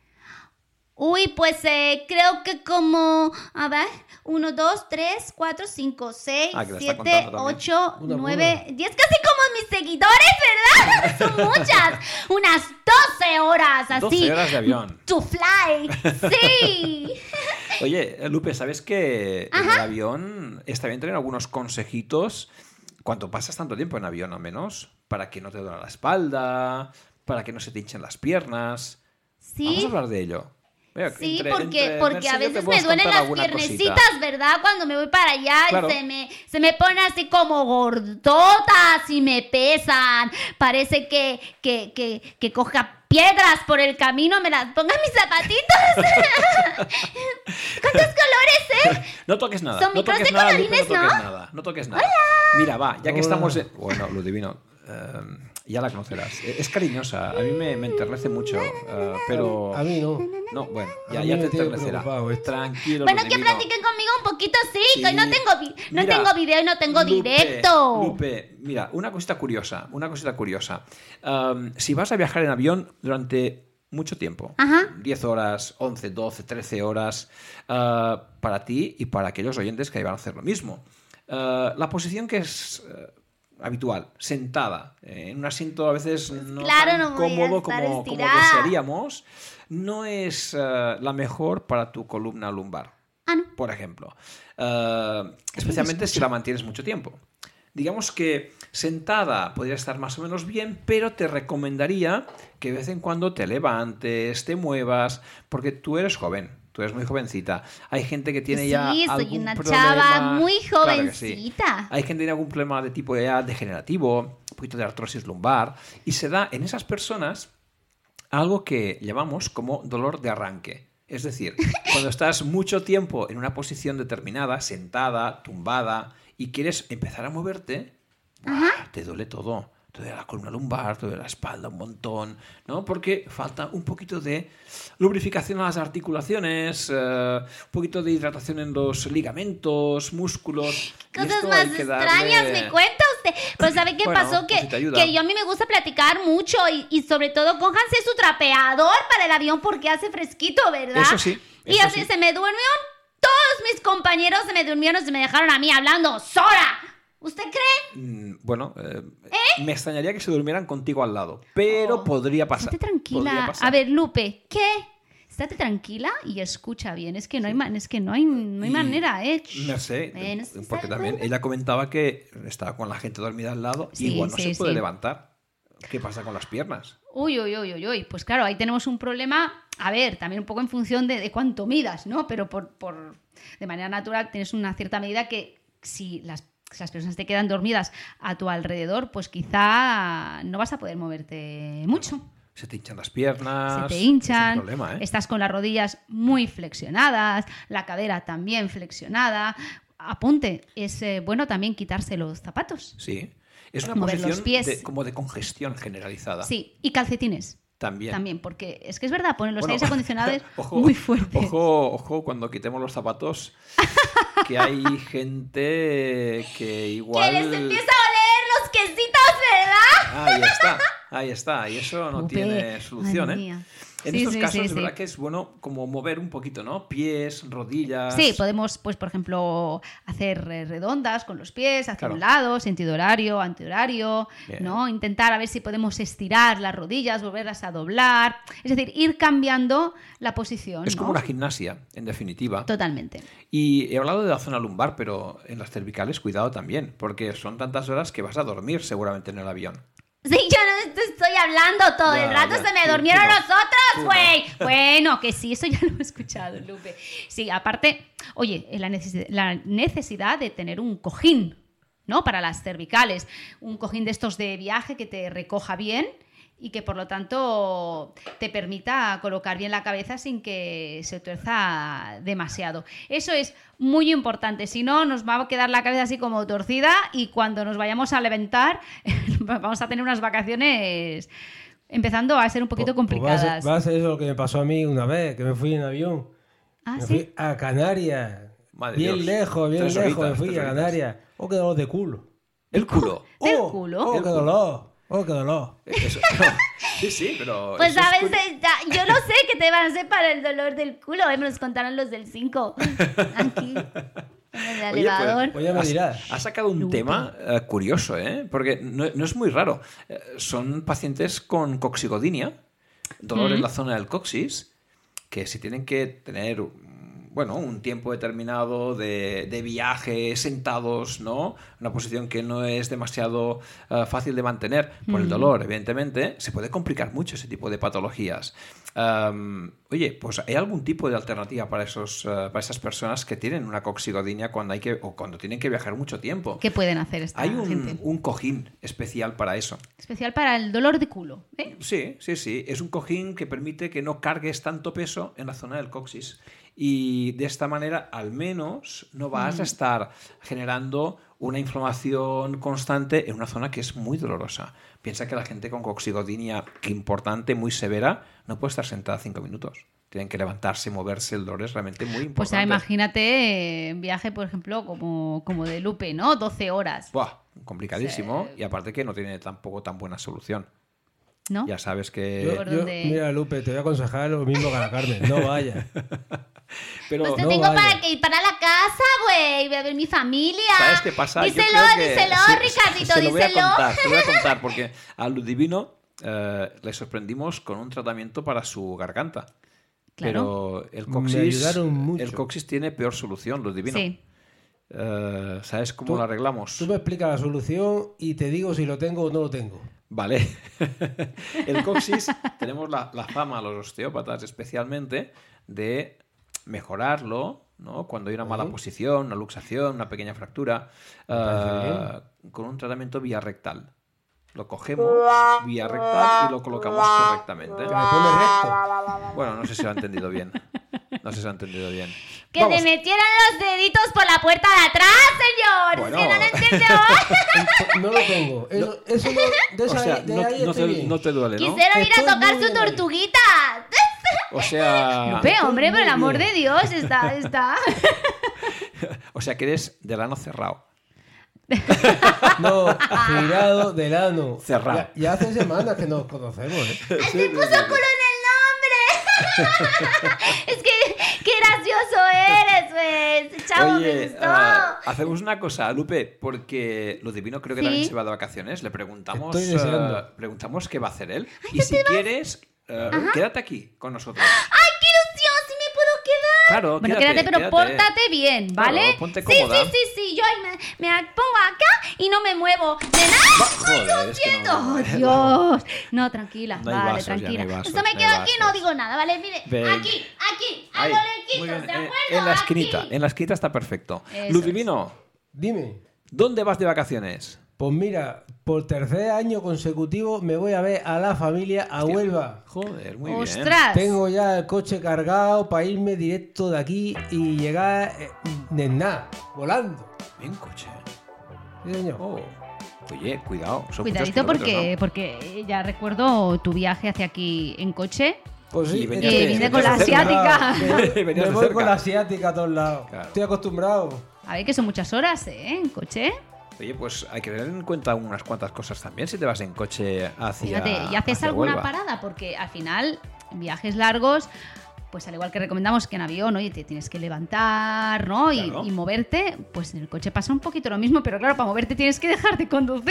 Speaker 5: Uy, pues eh, creo que como, a ver, 1, 2, 3, 4, 5, 6,
Speaker 2: Ah, que la está
Speaker 5: 7,
Speaker 2: contando también.
Speaker 5: 8,
Speaker 3: Una
Speaker 5: 9, 10, casi como mis seguidores, ¿verdad? *laughs* Son muchas, unas 12 horas así.
Speaker 2: 12 horas de avión.
Speaker 5: To fly, sí.
Speaker 2: Oye, eh, Lupe, ¿sabes que en el avión está bien tener algunos consejitos cuando pasas tanto tiempo en avión, al menos? Para que no te duela la espalda, para que no se te hinchen las piernas. *laughs* Vamos a
Speaker 5: Sí,
Speaker 2: hablar de ello. *laughs* Mira,
Speaker 5: sí,
Speaker 2: entre-
Speaker 5: porque,
Speaker 2: entre
Speaker 5: porque a
Speaker 2: Mercedes te
Speaker 5: veces me
Speaker 2: puedes
Speaker 5: duelen
Speaker 2: contar
Speaker 5: las
Speaker 2: alguna cosita.
Speaker 5: piernecitas, ¿verdad? Cuando me voy para allá
Speaker 2: Claro.
Speaker 5: y se me, se me pone así como gordotas y me pesan. Parece que, que, que, que coja piedras por el camino, me las ponga en mis zapatitos.
Speaker 2: *laughs*
Speaker 5: *laughs* ¿Cuántos colores, eh?
Speaker 2: No toques nada.
Speaker 5: Son
Speaker 2: no
Speaker 5: micros
Speaker 2: toques
Speaker 5: de
Speaker 2: nada, Lupe,
Speaker 5: colorines,
Speaker 2: no toques
Speaker 5: ¿no?
Speaker 2: nada. No toques nada. Mira, va, ya que
Speaker 3: Hola.
Speaker 2: estamos. en- Bueno, lo divino. eh, ya la conocerás. E- Es cariñosa. A mí me, me enternece mucho. eh, pero.
Speaker 3: A mí no.
Speaker 2: No, bueno,
Speaker 3: A
Speaker 2: ya,
Speaker 3: mí
Speaker 2: ya
Speaker 3: me
Speaker 2: te
Speaker 3: tiene
Speaker 2: enternecerá.
Speaker 3: preocupado esto.
Speaker 2: Tranquilo.
Speaker 5: Bueno,
Speaker 2: Ludivino.
Speaker 5: que platiquen conmigo un poquito, sí,
Speaker 2: Sí.
Speaker 5: que hoy no tengo, vi- no
Speaker 2: Mira,
Speaker 5: tengo video y no tengo
Speaker 2: Lupe,
Speaker 5: directo.
Speaker 2: Lupe, mira, una cosita curiosa, una cosita curiosa. Um, si vas a viajar en avión durante mucho tiempo,
Speaker 5: Ajá.
Speaker 2: 10 horas, 11, 12, 13 horas, ah, para ti y para aquellos oyentes que van a hacer lo mismo. Ah, la posición que es eh, habitual, sentada, eh, en un asiento a veces
Speaker 5: Pues
Speaker 2: no
Speaker 1: claro,
Speaker 2: tan
Speaker 1: no voy a
Speaker 2: cómodo
Speaker 1: estar
Speaker 2: como, como
Speaker 1: estirada.
Speaker 2: desearíamos, no es eh, la mejor para tu columna lumbar,
Speaker 1: Ah, no.
Speaker 2: por ejemplo. Eh, especialmente si la mantienes mucho tiempo. Digamos que sentada podría estar más o menos bien, pero te recomendaría que de vez en cuando te levantes, te muevas, porque tú eres joven, tú eres muy jovencita. Hay gente que tiene
Speaker 1: Sí,
Speaker 2: ya
Speaker 1: soy
Speaker 2: algún
Speaker 1: una
Speaker 2: problema-
Speaker 1: chava muy
Speaker 2: Claro que sí.
Speaker 5: Ah.
Speaker 1: jovencita.
Speaker 2: Hay gente que tiene algún problema de tipo ya degenerativo, un poquito de artrosis lumbar, y se da en esas personas algo que llamamos como dolor de arranque. Es decir, cuando estás mucho tiempo en una posición determinada, sentada, tumbada, y quieres empezar a moverte, ¡buah! Ah, te duele todo. Te duele la columna lumbar, te duele la espalda un montón, ¿no? Porque falta un poquito de lubrificación a las articulaciones, eh, un poquito de hidratación en los ligamentos, músculos. y
Speaker 1: Cosas
Speaker 2: esto
Speaker 1: más
Speaker 2: hay que darle-
Speaker 1: extrañas me cuenta usted. Pero ¿sabe qué
Speaker 2: Bueno,
Speaker 1: pasó?
Speaker 2: pues si
Speaker 1: Que,
Speaker 2: te ayuda.
Speaker 1: que yo a mí me gusta platicar mucho y, y sobre todo cójanse su trapeador para el avión porque hace fresquito, ¿verdad?
Speaker 2: Eso sí,
Speaker 1: Y
Speaker 2: eso
Speaker 1: así
Speaker 2: sí.
Speaker 1: se me durmió. Todos mis compañeros se me durmieron, se me dejaron a mí hablando sola. ¿Usted cree?
Speaker 2: Mm, Bueno, eh, me extrañaría que se durmieran contigo al lado, pero
Speaker 1: Oh,
Speaker 2: podría pasar.
Speaker 1: Estate
Speaker 2: podría
Speaker 1: tranquila.
Speaker 2: pasar.
Speaker 1: A ver, Lupe, ¿qué? Estate tranquila y escucha bien. Es que no hay, man- es que no hay, no hay
Speaker 2: Y-
Speaker 1: manera, ¿eh?
Speaker 2: No sé,
Speaker 1: Eh, no sé si se
Speaker 2: porque
Speaker 1: da
Speaker 2: también ella comentaba que estaba con la gente dormida al lado y
Speaker 1: Sí,
Speaker 2: igual no
Speaker 1: sí,
Speaker 2: se puede
Speaker 1: sí.
Speaker 2: levantar. ¿Qué pasa con las piernas?
Speaker 1: Uy, uy, uy, uy, uy. Pues claro, ahí tenemos un problema. A ver, también un poco en función de, de cuánto midas, ¿no? Pero por, por- de manera natural tienes una cierta medida que si las, si las personas te quedan dormidas a tu alrededor, pues quizá no vas a poder moverte mucho.
Speaker 2: Se te hinchan las piernas.
Speaker 1: Se te
Speaker 2: es
Speaker 1: hinchan,
Speaker 2: un problema, ¿eh?
Speaker 1: estás con las rodillas muy flexionadas, la cadera también flexionada. Apunte, es eh, bueno también quitarse los zapatos.
Speaker 2: Sí. Es una
Speaker 1: Mover los
Speaker 2: posición
Speaker 1: pies.
Speaker 2: de- como de congestión generalizada.
Speaker 1: Sí, y calcetines.
Speaker 2: También.
Speaker 1: También, porque es que es verdad, ponen los
Speaker 2: Bueno,
Speaker 1: aires
Speaker 2: *laughs*
Speaker 1: acondicionados
Speaker 2: ojo,
Speaker 1: muy fuertes.
Speaker 2: Ojo, ojo, cuando quitemos los zapatos, que hay gente
Speaker 1: *laughs*
Speaker 2: que igual.
Speaker 1: Que les empieza a oler los quesitos, ¿verdad?
Speaker 2: Ahí está, ahí está. Y eso no
Speaker 1: Upe,
Speaker 2: tiene solución,
Speaker 1: madre
Speaker 2: ¿eh?
Speaker 1: mía.
Speaker 2: En
Speaker 1: Sí,
Speaker 2: estos
Speaker 1: sí,
Speaker 2: casos
Speaker 1: sí,
Speaker 2: es
Speaker 1: sí.
Speaker 2: verdad que es bueno como mover un poquito, ¿no? Pies, rodillas.
Speaker 1: Sí, podemos, pues, por ejemplo, hacer eh, redondas con los pies hacia
Speaker 2: Claro.
Speaker 1: un lado, sentido horario, antihorario,
Speaker 2: Bien.
Speaker 1: ¿no? Intentar a ver si podemos estirar las rodillas, volverlas a doblar. Es decir, ir cambiando la posición.
Speaker 2: Es como
Speaker 1: ¿no?
Speaker 2: una gimnasia, en definitiva.
Speaker 1: Totalmente.
Speaker 2: Y he hablado de la zona lumbar, pero en las cervicales cuidado también, porque son tantas horas que vas a dormir seguramente en el avión.
Speaker 1: Sí, yo no te estoy hablando todo
Speaker 2: Ya,
Speaker 1: el rato,
Speaker 2: ya,
Speaker 1: se me
Speaker 2: tú-
Speaker 1: durmieron
Speaker 2: tú no.
Speaker 1: los
Speaker 2: Tú
Speaker 1: otros,
Speaker 2: no.
Speaker 1: güey. Bueno, que sí, eso ya lo he escuchado, Lupe. Sí, aparte, oye, eh, la necesi- la necesidad, de tener un cojín, ¿no? Para las cervicales. Un cojín de estos de viaje que te recoja bien y que por lo tanto te permita colocar bien la cabeza sin que se tuerza demasiado. Eso es muy importante, si no nos va a quedar la cabeza así como torcida y cuando nos vayamos a levantar *laughs* vamos a tener unas vacaciones empezando a ser un poquito
Speaker 3: Pues va a
Speaker 1: complicadas.
Speaker 3: ser- Va a ser eso lo que me pasó a mí una vez, que me fui en avión.
Speaker 1: Ah,
Speaker 3: me
Speaker 1: sí.
Speaker 3: fui a Canarias.
Speaker 2: Madre
Speaker 3: bien
Speaker 2: Dios.
Speaker 3: lejos, bien
Speaker 2: Tres
Speaker 3: lejos
Speaker 2: horitas,
Speaker 3: me fui
Speaker 2: tres
Speaker 3: a
Speaker 2: horitas.
Speaker 3: Canarias. Oh, qué dolor de culo.
Speaker 1: *laughs*
Speaker 2: El culo.
Speaker 1: ¿Del
Speaker 3: oh,
Speaker 1: culo?
Speaker 3: Oh,
Speaker 2: Del
Speaker 3: qué
Speaker 2: culo.
Speaker 3: dolor. Oh, qué dolor.
Speaker 2: Eso- sí, sí, pero...
Speaker 1: Pues
Speaker 2: eso
Speaker 1: a
Speaker 2: es cu-
Speaker 1: veces, ya- yo no sé qué te van a hacer para el dolor del culo, eh, me los contaron los del 5. Aquí, en el
Speaker 2: Oye, pues,
Speaker 1: elevador.
Speaker 3: Pues ya me
Speaker 2: has-
Speaker 3: dirás.
Speaker 2: Has sacado un
Speaker 1: Lupe.
Speaker 2: tema eh, curioso, ¿eh? Porque no, no es muy raro. Eh, son pacientes con coxigodinia, dolor en la zona del coxis, que si tienen que tener, mm, bueno, un tiempo determinado de, de viaje, sentados, ¿no? Una posición que no es demasiado eh, fácil de mantener por el dolor, evidentemente, se puede complicar mucho ese tipo de patologías. Am, oye, pues ¿hay algún tipo de alternativa para, esos, eh, para esas personas que tienen una coxigodinia cuando hay que, o cuando tienen que viajar mucho tiempo?
Speaker 1: ¿Qué pueden hacer esta
Speaker 2: Hay un,
Speaker 1: gente?
Speaker 2: un cojín especial para eso.
Speaker 1: Especial para el dolor de culo. ¿eh?
Speaker 2: Sí, sí, sí. Es un cojín que permite que no cargues tanto peso en la zona del coxis. Y de esta manera, al menos, no vas a estar generando una inflamación constante en una zona que es muy dolorosa. Piensa que la gente con coxigodinia, que importante, muy severa, no puede estar sentada cinco minutos. Tienen que levantarse, moverse, el dolor es realmente muy importante.
Speaker 1: Pues ahora imagínate eh, un viaje, por ejemplo, como, como de Lupe, ¿no? 12 horas.
Speaker 2: Buah, complicadísimo. Y aparte que no tiene tampoco tan buena solución.
Speaker 5: ¿no?
Speaker 2: Ya sabes que...
Speaker 3: Yo-
Speaker 5: ¿Por
Speaker 3: yo-
Speaker 5: dónde?
Speaker 3: mira, Lupe, te voy a aconsejar lo mismo que a la Carmen. No
Speaker 2: *laughs*
Speaker 3: vayas.
Speaker 2: Pero
Speaker 5: Pues te
Speaker 3: no
Speaker 5: tengo
Speaker 3: vaya.
Speaker 5: para que ir para la casa, güey. Voy a ver mi familia.
Speaker 2: ¿Sabes qué este pasa? Yo
Speaker 5: Díselo,
Speaker 2: creo que-
Speaker 5: díselo,
Speaker 2: sí,
Speaker 5: Ricardito,
Speaker 2: se lo voy a
Speaker 5: díselo.
Speaker 2: contar, se lo voy a
Speaker 5: *laughs*
Speaker 2: contar, porque a Ludivino eh, le sorprendimos con un tratamiento para su garganta. Pero el
Speaker 3: Me
Speaker 2: coxis,
Speaker 3: ayudaron mucho.
Speaker 2: el coxis tiene peor solución, Ludivino.
Speaker 5: Sí.
Speaker 2: Eh, ¿Sabes cómo
Speaker 3: Tú-
Speaker 2: lo arreglamos?
Speaker 3: Tú me explicas la solución y te digo si lo tengo o no lo tengo.
Speaker 2: Vale. *laughs* el coxis, tenemos la, la fama, los osteópatas especialmente, de mejorarlo, ¿no? Cuando hay una mala
Speaker 3: Ujú.
Speaker 2: posición, una luxación, una pequeña fractura,
Speaker 3: parece
Speaker 2: ah, con un tratamiento vía rectal. Lo cogemos vía rectal y lo colocamos correctamente.
Speaker 3: Que me pone
Speaker 1: Ah.
Speaker 3: recto.
Speaker 2: Bueno, no sé si lo ha entendido bien. No sé si lo ha entendido bien.
Speaker 5: Que
Speaker 2: Vamos.
Speaker 5: te metieran los deditos por la puerta de atrás, señor.
Speaker 2: Bueno.
Speaker 5: Es que no
Speaker 2: *laughs*
Speaker 3: No
Speaker 5: lo entiendo.
Speaker 3: lo tengo. Eso, eso no, de
Speaker 2: O
Speaker 3: esa-
Speaker 2: sea,
Speaker 3: de
Speaker 2: no,
Speaker 3: ahí
Speaker 2: no
Speaker 3: estoy
Speaker 2: te,
Speaker 3: bien.
Speaker 2: no te duele, ¿no?
Speaker 5: Quisieron ir
Speaker 3: Estoy
Speaker 5: a tocar
Speaker 3: muy
Speaker 5: su
Speaker 3: bien.
Speaker 5: tortuguita. *laughs*
Speaker 2: O
Speaker 3: *laughs*
Speaker 2: sea,
Speaker 5: Lupe, hombre, por
Speaker 3: muy
Speaker 5: el amor
Speaker 3: bien.
Speaker 5: de Dios,
Speaker 2: *laughs*
Speaker 5: está, está.
Speaker 2: o sea que eres de lano cerrado.
Speaker 3: No, girado del ano.
Speaker 2: *laughs* Cerrado.
Speaker 3: Ya, ya hace semanas que nos conocemos. ¿eh?
Speaker 5: *laughs* Es que qué gracioso eres, güey. Ese Chavo, me
Speaker 2: Oye,
Speaker 5: gustó.
Speaker 2: ah, hacemos una cosa, Lupe, porque lo divino creo que
Speaker 5: Sí.
Speaker 2: también se va de vacaciones. Le preguntamos,
Speaker 3: Estoy deseando.
Speaker 2: ah, preguntamos qué va a hacer él. y si quieres, ah, quédate aquí con nosotros.
Speaker 5: ¡Ay, qué ilusión! ¡Sí me puedo quedar!
Speaker 2: Claro,
Speaker 5: Bueno, quédate, pero pórtate bien,
Speaker 2: Claro,
Speaker 5: ¿vale?
Speaker 2: ponte
Speaker 5: sí,
Speaker 2: cómoda.
Speaker 5: sí, sí, sí. Yo ahí me, me pongo acá y no me muevo. ¡De
Speaker 2: Va-
Speaker 5: nada!
Speaker 2: Joder, es que no-
Speaker 5: ¡Oh, Dios! No, tranquila,
Speaker 2: No hay
Speaker 5: vale,
Speaker 2: vasos ya, no
Speaker 5: tranquila.
Speaker 2: hay vasos,
Speaker 5: Esto
Speaker 2: no
Speaker 5: me
Speaker 2: hay
Speaker 5: quedo aquí y no
Speaker 2: vasos.
Speaker 5: digo nada, ¿vale? Mire,
Speaker 2: Ven.
Speaker 5: aquí, aquí, a
Speaker 2: Ahí.
Speaker 5: los
Speaker 2: Muy
Speaker 5: lequitos,
Speaker 2: bien, eh,
Speaker 5: ¿de acuerdo?
Speaker 2: en la
Speaker 5: Aquí.
Speaker 2: esquinita, en la esquinita está perfecto.
Speaker 5: Eso
Speaker 2: Lo
Speaker 5: es.
Speaker 2: divino,
Speaker 3: Dime.
Speaker 2: ¿dónde vas de vacaciones?
Speaker 3: Pues mira, por tercer año consecutivo me voy a ver a la familia a Huelva.
Speaker 2: Joder, muy bien.
Speaker 5: ¡Ostras!
Speaker 3: Tengo ya el coche cargado para irme directo de aquí y llegar eh, de nada, volando.
Speaker 2: Bien coche.
Speaker 3: Sí, señor.
Speaker 2: Oh. Oye, cuidado. son
Speaker 5: Cuidadito
Speaker 2: muchos kilómetros,
Speaker 5: porque, porque ya recuerdo tu viaje hacia aquí en coche.
Speaker 3: Pues
Speaker 2: Y venías
Speaker 3: estoy
Speaker 2: de- Y vine
Speaker 5: con la
Speaker 3: acostumbrado.
Speaker 5: asiática.
Speaker 3: *laughs* Me-
Speaker 2: *laughs* Venías de
Speaker 3: Me voy
Speaker 2: cerca.
Speaker 3: con la asiática a todos lados.
Speaker 2: Claro.
Speaker 3: Estoy acostumbrado.
Speaker 5: A ver, que son muchas horas, ¿eh? En coche.
Speaker 2: ¿no? Oye, pues hay que tener en cuenta unas cuantas cosas también si te vas en coche hacia.
Speaker 5: Fíjate, y haces
Speaker 2: hacia
Speaker 5: alguna
Speaker 2: Huelva.
Speaker 5: parada, porque al final, viajes largos, pues al igual que recomendamos que en avión, oye, te tienes que levantar, ¿no? Y,
Speaker 2: Claro.
Speaker 5: y moverte, pues en el coche pasa un poquito lo mismo, pero claro, para moverte tienes que dejar de conducir.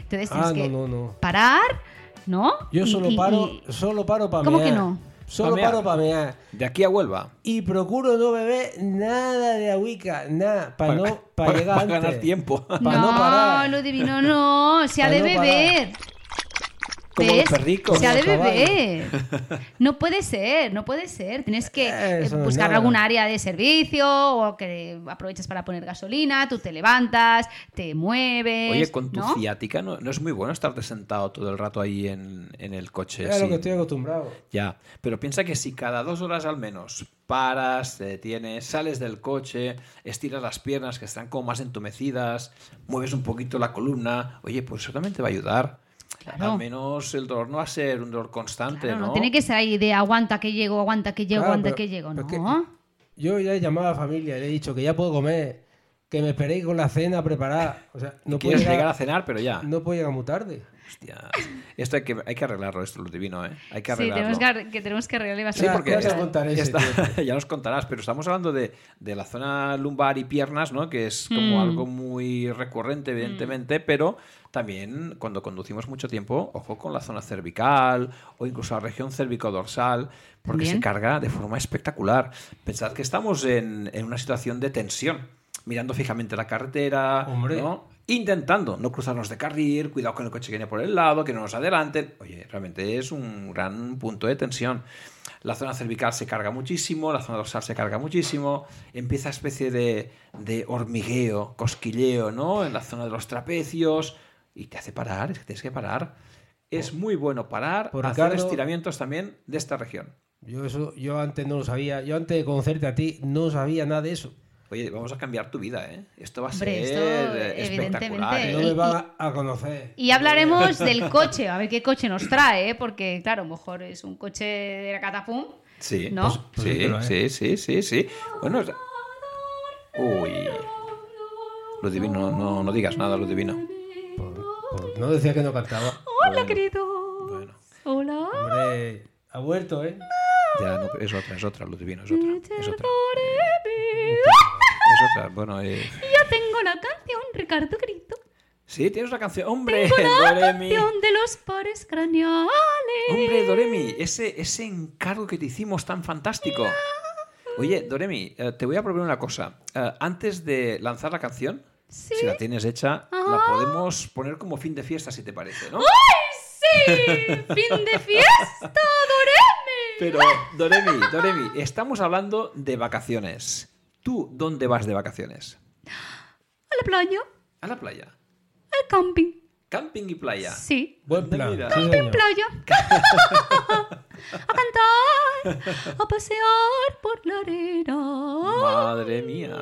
Speaker 5: Entonces tienes
Speaker 3: Ah, no,
Speaker 5: que
Speaker 3: no, no.
Speaker 5: parar, ¿no?
Speaker 3: Yo
Speaker 5: Y-
Speaker 3: solo
Speaker 5: y-
Speaker 3: paro,
Speaker 5: y-
Speaker 3: solo paro para
Speaker 5: ¿Cómo
Speaker 3: mear.
Speaker 5: que no?
Speaker 3: Solo
Speaker 2: Pa' mear.
Speaker 3: paro para mear.
Speaker 2: De aquí a Huelva.
Speaker 3: Y procuro no beber nada de agüica, nada,
Speaker 2: *laughs*
Speaker 3: para no, pa llegar
Speaker 2: para
Speaker 3: antes.
Speaker 2: ganar tiempo.
Speaker 3: pa' no parar.
Speaker 5: lo divino no, se ha
Speaker 3: Pa'
Speaker 5: de
Speaker 3: no
Speaker 5: beber.
Speaker 2: Como
Speaker 5: ¿Ves?
Speaker 2: los perricos.
Speaker 5: Se ha de
Speaker 3: Como los
Speaker 5: beber.
Speaker 3: *laughs*
Speaker 5: No puede ser, no puede ser. Tienes que eh,
Speaker 3: Eso no es
Speaker 5: buscar
Speaker 3: nada.
Speaker 5: algún área de servicio o que aprovechas para poner gasolina, tú te levantas, te mueves.
Speaker 2: Oye, con tu
Speaker 5: ¿no?
Speaker 2: ciática no, no es muy bueno estarte sentado todo el rato ahí en, en el coche.
Speaker 3: Es a lo
Speaker 2: sin-
Speaker 3: que estoy acostumbrado.
Speaker 2: Ya, pero piensa que si cada dos horas al menos paras, te detienes, sales del coche, estiras las piernas que están como más entumecidas, mueves un poquito la columna, oye, pues eso también te va a ayudar.
Speaker 5: Claro.
Speaker 2: Al menos el dolor no va a ser un dolor constante,
Speaker 5: Claro,
Speaker 2: ¿no?
Speaker 5: no, tiene que ser ahí de aguanta que llego, aguanta que llego,
Speaker 3: Claro,
Speaker 5: aguanta
Speaker 3: pero-
Speaker 5: que llego,
Speaker 3: pero
Speaker 5: ¿no?
Speaker 3: es que yo ya he llamado a la familia, le he dicho que ya puedo comer, que me esperéis con la cena preparada. O sea,
Speaker 2: *laughs*
Speaker 3: no puedo
Speaker 2: Quieres
Speaker 3: llegar,
Speaker 2: llegar... a cenar, pero ya.
Speaker 3: no puedo llegar muy tarde.
Speaker 2: Hostia. Esto hay que, hay que arreglarlo, esto, lo divino, ¿eh? Hay que
Speaker 5: Sí,
Speaker 2: arreglarlo.
Speaker 5: tenemos que, arre- que tenemos que arreglar y va a
Speaker 2: Sí,
Speaker 5: ser-
Speaker 3: Ya-
Speaker 2: porque
Speaker 3: ya te contaré ese
Speaker 2: está- *laughs* ya nos contarás, pero estamos hablando de, de la zona lumbar y piernas, ¿no? Que es como
Speaker 5: Mm.
Speaker 2: algo muy recurrente, evidentemente, pero también cuando conducimos mucho tiempo, ojo con la zona cervical o incluso la región cervicodorsal, porque se
Speaker 5: También.
Speaker 2: carga de forma espectacular. Pensad que estamos en, en una situación de tensión, mirando fijamente la carretera,
Speaker 3: Hombre.
Speaker 2: ¿no? Intentando no cruzarnos de carril, cuidado con el coche que viene por el lado, que no nos adelanten. Oye, realmente es un gran punto de tensión. La zona cervical se carga muchísimo, la zona dorsal se carga muchísimo, empieza especie de, de hormigueo, cosquilleo, ¿no? En la zona de los trapecios y te hace parar, es que tienes que parar. Es muy bueno parar,
Speaker 3: Oh. por
Speaker 2: hacer
Speaker 3: Ricardo-
Speaker 2: estiramientos también de esta región.
Speaker 3: Yo eso, yo antes no lo sabía, yo antes de conocerte a ti no sabía nada de eso.
Speaker 2: Oye, vamos a cambiar tu vida, ¿eh? Esto va a
Speaker 5: Hombre,
Speaker 2: ser
Speaker 5: esto,
Speaker 2: eh, espectacular.
Speaker 5: evidentemente,
Speaker 2: ¿eh?
Speaker 3: No
Speaker 5: Y-
Speaker 3: me va a conocer.
Speaker 5: Y hablaremos del coche, a ver qué coche nos trae, ¿eh? porque claro, a lo mejor es un coche de la catapum.
Speaker 2: Sí,
Speaker 5: ¿No?
Speaker 2: pues-
Speaker 3: Pues
Speaker 2: sí,
Speaker 3: dímelo, ¿eh?
Speaker 2: sí, sí, sí, sí. Bueno, es- uy. Lo divino, no, no digas nada, lo divino.
Speaker 3: Por- por- no decía que no cantaba.
Speaker 5: Hola, querido.
Speaker 2: Bueno.
Speaker 1: Hola.
Speaker 2: Ah,
Speaker 3: Hombre, ha vuelto, ¿eh?
Speaker 2: Ya, no, es otra, es otra, luz divino, es otra. Es otra,
Speaker 1: Perdóneme.
Speaker 2: es otra. Bueno, eh,
Speaker 1: Ya tengo la canción, Ricardo Grito.
Speaker 2: sí, tienes la canción. ¡Hombre,
Speaker 1: La
Speaker 2: Doremi!
Speaker 1: canción de los pares craneales.
Speaker 2: ¡Hombre, Doremi! Ese, ese encargo que te hicimos tan fantástico. Oye, Doremi, eh, te voy a proponer una cosa. Eh, antes de lanzar la canción, si la tienes hecha, la podemos poner como fin de fiesta, si te parece, ¿no?
Speaker 1: ¡Ay, sí! ¡Fin de fiesta, Doremi!
Speaker 2: Pero, Doremi, Doremi, estamos hablando de vacaciones. ¿Tú dónde vas de vacaciones?
Speaker 1: A la playa,
Speaker 2: A la playa.
Speaker 1: al camping.
Speaker 2: Camping y playa.
Speaker 1: Sí,
Speaker 3: Buen plan.
Speaker 2: Mira.
Speaker 3: sí, señor.
Speaker 1: playa. a cantar, a pasear por la arena.
Speaker 2: Madre mía.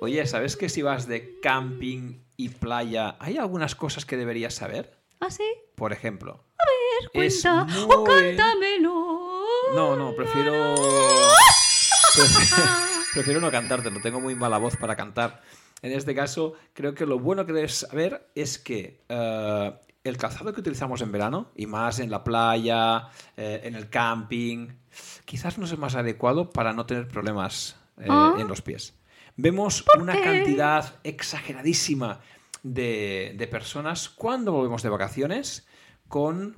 Speaker 2: Oye, ¿sabes que si vas de camping y playa, hay algunas cosas que deberías saber?
Speaker 1: Así,
Speaker 2: Por ejemplo.
Speaker 1: a ver,
Speaker 2: Es
Speaker 1: cuenta. O
Speaker 2: muy-
Speaker 1: cántamelo.
Speaker 2: No, no, prefiero. *laughs* Prefiero no cantártelo, tengo muy mala voz para cantar. En este caso, creo que lo bueno que debes saber es que eh, el calzado que utilizamos en verano, y más en la playa, eh, en el camping, quizás no es el más adecuado para no tener problemas eh, en los pies. Vemos una cantidad exageradísima de, de personas cuando volvemos de vacaciones con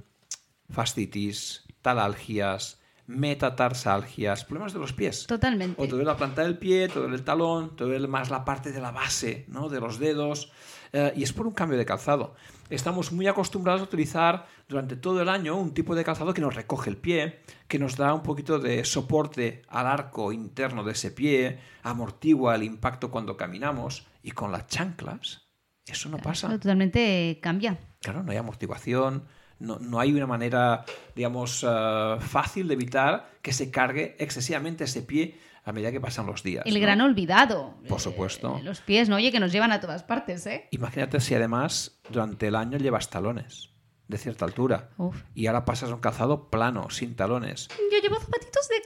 Speaker 2: fascitis, talalgias, metatarsalgias, problemas de los pies.
Speaker 1: Totalmente.
Speaker 2: O te duele la planta del pie, te duele el talón, te duele más la parte de la base, ¿no? De los dedos. eh, y es por un cambio de calzado. Estamos muy acostumbrados a utilizar durante todo el año un tipo de calzado que nos recoge el pie, que nos da un poquito de soporte al arco interno de ese pie, amortigua el impacto cuando caminamos. Y con las chanclas, eso no pasa.
Speaker 1: Totalmente cambia.
Speaker 2: Claro, no hay amortiguación, no, no hay una manera, digamos, eh, fácil de evitar que se cargue excesivamente ese pie a medida que pasan los días.
Speaker 1: El
Speaker 2: ¿no?
Speaker 1: gran olvidado.
Speaker 2: Por supuesto.
Speaker 1: Eh, los pies, ¿no? Oye, que nos llevan a todas partes, ¿eh?
Speaker 2: Imagínate si además durante el año llevas talones de cierta altura
Speaker 1: Uf.
Speaker 2: y ahora pasas a un calzado plano, sin talones,
Speaker 1: Yo llevo zapatitos de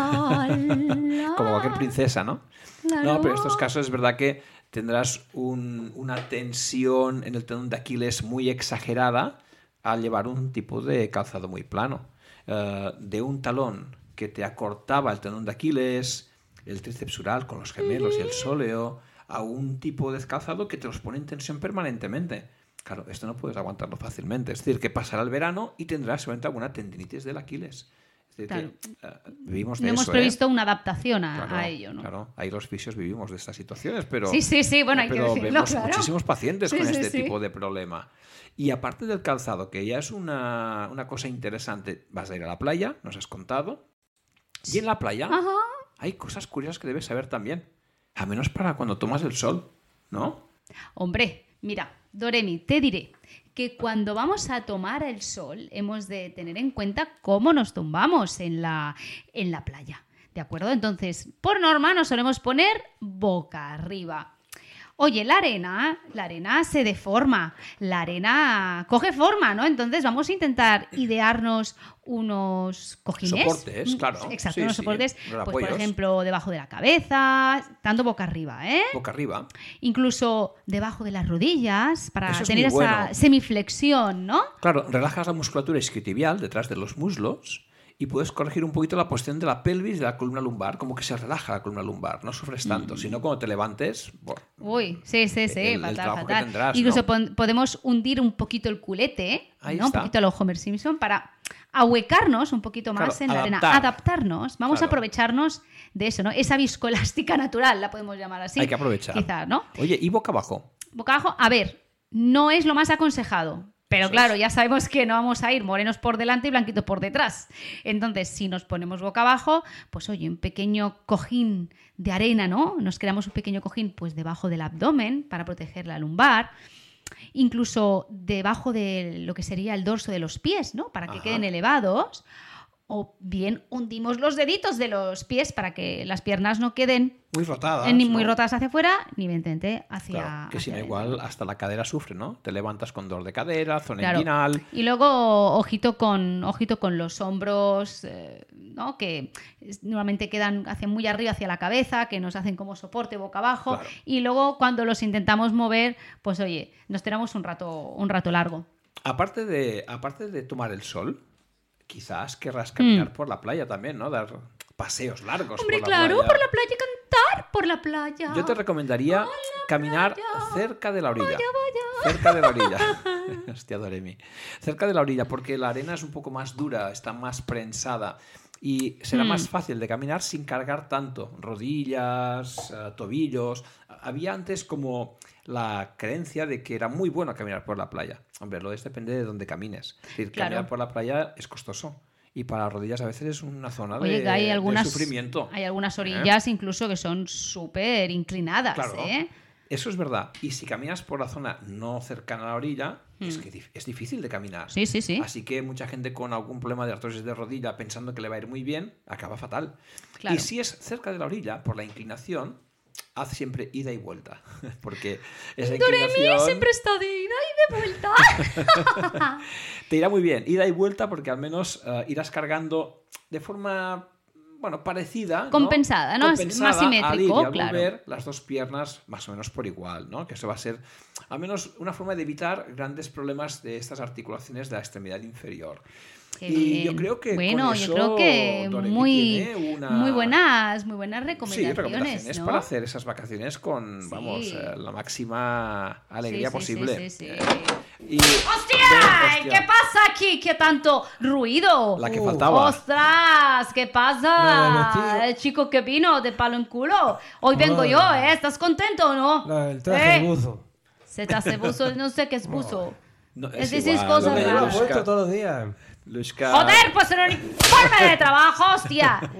Speaker 1: cristal.
Speaker 2: *laughs* como cualquier princesa, ¿no?
Speaker 1: Claro.
Speaker 2: No, pero en estos casos es verdad que tendrás un- una tensión en el tendón de Aquiles muy exagerada al llevar un tipo de calzado muy plano. Eh, de un talón que te acortaba el tendón de Aquiles, el tríceps ural con los gemelos y el sóleo, a un tipo de calzado que te los pone en tensión permanentemente. Claro, esto no puedes aguantarlo fácilmente. Es decir, que pasará el verano y tendrás seguramente alguna tendinitis del Aquiles. Es decir, que, eh, vivimos de
Speaker 1: No hemos
Speaker 2: eso, ¿eh?
Speaker 1: previsto una adaptación a,
Speaker 2: Claro,
Speaker 1: a ello, ¿no?
Speaker 2: Claro, ahí los fisios vivimos de estas situaciones, pero.
Speaker 1: Sí, sí, sí, bueno, hay que
Speaker 2: pero
Speaker 1: decirlo,
Speaker 2: vemos
Speaker 1: claro.
Speaker 2: muchísimos pacientes
Speaker 1: Sí,
Speaker 2: con
Speaker 1: sí,
Speaker 2: este
Speaker 1: sí.
Speaker 2: tipo de problema. Y aparte del calzado, que ya es una, una cosa interesante, vas a ir a la playa, nos has contado. Y en la playa
Speaker 1: Ajá.
Speaker 2: hay cosas curiosas que debes saber también. A menos para cuando tomas el sol, ¿no?
Speaker 1: Hombre, mira, Doremi, te diré que cuando vamos a tomar el sol hemos de tener en cuenta cómo nos tumbamos en la, en la playa. ¿De acuerdo? Entonces, por norma nos solemos poner boca arriba. Oye, la arena, la arena se deforma, la arena coge forma, ¿no? Entonces vamos a intentar idearnos unos cojines. Mm,
Speaker 2: Soportes, claro.
Speaker 1: Exacto,
Speaker 2: Sí,
Speaker 1: unos
Speaker 2: sí,
Speaker 1: soportes,
Speaker 2: unos
Speaker 1: pues, por
Speaker 2: apoyos.
Speaker 1: ejemplo, debajo de la cabeza, tanto boca arriba, ¿eh?
Speaker 2: Boca arriba.
Speaker 1: incluso debajo de las rodillas para
Speaker 2: Eso es
Speaker 1: tener
Speaker 2: muy
Speaker 1: esa
Speaker 2: bueno.
Speaker 1: semiflexión, ¿no?
Speaker 2: Claro, relajas la musculatura isquiotibial detrás de los muslos y puedes corregir un poquito la posición de la pelvis y de la columna lumbar, como que se relaja la columna lumbar, no sufres tanto, sino cuando te levantes, buah,
Speaker 1: Uy, sí, sí, sí,
Speaker 2: El- el
Speaker 1: fatal,
Speaker 2: trabajo que
Speaker 1: fatal.
Speaker 2: tendrás,
Speaker 1: incluso
Speaker 2: ¿no?
Speaker 1: pon- podemos hundir un poquito el culete, ¿eh?
Speaker 2: Ahí
Speaker 1: ¿no?
Speaker 2: está.
Speaker 1: un poquito a lo Homer Simpson para ahuecarnos un poquito más
Speaker 2: Claro,
Speaker 1: en la arena,
Speaker 2: adaptar.
Speaker 1: adaptarnos, vamos
Speaker 2: Claro.
Speaker 1: a aprovecharnos de eso, ¿no? Esa viscoelástica natural, la podemos llamar así.
Speaker 2: hay que aprovechar.
Speaker 1: Quizás, ¿no?
Speaker 2: Oye, y boca abajo.
Speaker 1: Boca abajo, a ver, no es lo más aconsejado. Pero
Speaker 2: Eso
Speaker 1: claro,
Speaker 2: es.
Speaker 1: ya sabemos que no vamos a ir morenos por delante y blanquitos por detrás. Entonces, si nos ponemos boca abajo, pues oye, un pequeño cojín de arena, ¿no? Nos creamos un pequeño cojín pues debajo del abdomen para proteger la lumbar, incluso debajo de lo que sería el dorso de los pies, ¿no? Para que
Speaker 2: Ajá.
Speaker 1: queden elevados. O bien hundimos los deditos de los pies para que las piernas no queden
Speaker 2: Muy rotada.
Speaker 1: eh, ni muy rotas hacia afuera ni eventualmente hacia.
Speaker 2: Ah, Claro, que si
Speaker 1: hacia
Speaker 2: no,
Speaker 1: adentro.
Speaker 2: igual hasta la cadera sufre, ¿no? Te levantas con dolor de cadera, zona
Speaker 1: Claro.
Speaker 2: inguinal.
Speaker 1: Y luego, ojito con, ojito con los hombros, eh, ¿no? que es- normalmente quedan hacia muy arriba, hacia la cabeza, que nos hacen como soporte boca abajo.
Speaker 2: Claro.
Speaker 1: Y luego, cuando los intentamos mover, pues oye, nos tenemos un rato, un rato largo.
Speaker 2: Aparte de, aparte de tomar el sol, quizás querrás
Speaker 1: Mm.
Speaker 2: caminar por la playa también, ¿no? Dar paseos largos.
Speaker 1: Hombre,
Speaker 2: por la
Speaker 1: claro,
Speaker 2: playa.
Speaker 1: por la playa cantar, por la playa.
Speaker 2: Yo te recomendaría caminar
Speaker 1: playa.
Speaker 2: cerca de la orilla. Cerca de
Speaker 1: *laughs*
Speaker 2: la orilla. *laughs* Hostia, Doremi. Cerca de la orilla, porque la arena es un poco más dura, está más prensada. Y será
Speaker 1: Hmm.
Speaker 2: más fácil de caminar sin cargar tanto rodillas, eh, tobillos. Había antes como la creencia de que era muy bueno caminar por la playa. Hombre, lo es depende de dónde camines. Es decir,
Speaker 1: Claro.
Speaker 2: caminar por la playa es costoso. Y para las rodillas a veces es una zona
Speaker 1: Oye,
Speaker 2: de,
Speaker 1: que hay
Speaker 2: de
Speaker 1: algunas,
Speaker 2: sufrimiento. ¿Eh?
Speaker 1: hay algunas orillas incluso que son súper inclinadas,
Speaker 2: Claro.
Speaker 1: ¿eh?
Speaker 2: Eso es verdad. Y si caminas por la zona no cercana a la orilla, es que dif- es difícil de caminar.
Speaker 1: Mm. Sí, sí, sí.
Speaker 2: Así que mucha gente con algún problema de artrosis de rodilla pensando que le va a ir muy bien, acaba fatal.
Speaker 1: Claro.
Speaker 2: Y si es cerca de la orilla, por la inclinación, haz siempre ida y vuelta. *laughs* Porque esa inclinación
Speaker 1: Siempre está de ida y de vuelta.
Speaker 2: te irá muy bien. Ida y vuelta porque al menos eh, irás cargando de forma... Bueno, parecida. ¿no?
Speaker 1: Compensada, ¿no? Es más
Speaker 2: Compensada al ir y
Speaker 1: simétrico,
Speaker 2: al
Speaker 1: claro.
Speaker 2: volver, las dos piernas más o menos por igual, ¿no? Que eso va a ser al menos una forma de evitar grandes problemas de estas articulaciones de la extremidad inferior.
Speaker 1: Qué
Speaker 2: y yo
Speaker 1: bien.
Speaker 2: creo que con
Speaker 1: bueno, yo
Speaker 2: eso,
Speaker 1: creo que
Speaker 2: Doremi
Speaker 1: muy,
Speaker 2: tiene una-
Speaker 1: muy buenas, muy buenas
Speaker 2: Sí,
Speaker 1: recomendaciones,
Speaker 2: recomendaciones
Speaker 1: ¿no?
Speaker 2: para hacer esas vacaciones con,
Speaker 1: Sí.
Speaker 2: vamos, eh, la máxima
Speaker 1: Sí,
Speaker 2: alegría
Speaker 1: sí, Sí,
Speaker 2: posible.
Speaker 1: sí, sí.
Speaker 2: Eh, y-
Speaker 1: ¡Hostia!
Speaker 2: Hostia.
Speaker 1: ¿Qué pasa aquí? ¿Qué tanto ruido?
Speaker 2: La que
Speaker 1: Uh,
Speaker 2: faltaba.
Speaker 1: ¡Ostras! ¿Qué
Speaker 3: La del
Speaker 1: pasa?
Speaker 3: vestido.
Speaker 1: El chico que vino de palo en culo. Hoy vengo
Speaker 3: Madre.
Speaker 1: yo, ¿eh? ¿Estás contento o no?
Speaker 3: La- el traje
Speaker 1: ¿Eh?
Speaker 3: de buzo.
Speaker 1: Se te hace buzo, no sé qué es buzo.
Speaker 2: no,
Speaker 1: Es decir,
Speaker 2: igual,
Speaker 1: cosas
Speaker 2: Doremi,
Speaker 3: Yo
Speaker 1: raras.
Speaker 3: lo he
Speaker 2: Luisca,
Speaker 3: puesto todos los días.
Speaker 2: Luisca-
Speaker 1: ¡Joder! Pues en el informe de trabajo, *laughs* hostia.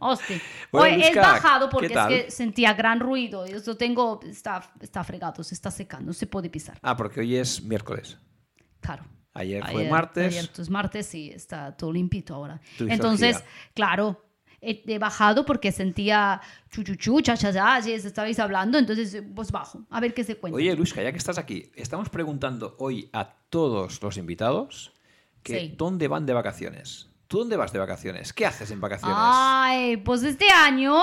Speaker 1: Hostia.
Speaker 2: Bueno,
Speaker 1: Oye,
Speaker 2: Luzca,
Speaker 1: he bajado
Speaker 2: ¿qué
Speaker 1: porque es
Speaker 2: tal?
Speaker 1: que sentía gran ruido. Yo esto tengo. Está, está fregado, se está secando, se puede pisar.
Speaker 2: Ah, porque hoy es miércoles.
Speaker 1: Claro.
Speaker 2: Ayer Eh, fue martes.
Speaker 1: Ayer es martes y está todo limpito ahora.
Speaker 2: Tu
Speaker 1: Entonces,
Speaker 2: disociedad.
Speaker 1: claro, he, he bajado porque sentía chuchuchu, chachayayes, estabais hablando, entonces pues bajo, a ver qué se cuenta.
Speaker 2: Oye, Luisca, ya que estás aquí, estamos preguntando hoy a todos los invitados que
Speaker 1: Sí.
Speaker 2: dónde van de vacaciones. ¿Tú dónde vas de vacaciones? ¿Qué haces en vacaciones?
Speaker 1: Ay, pues este año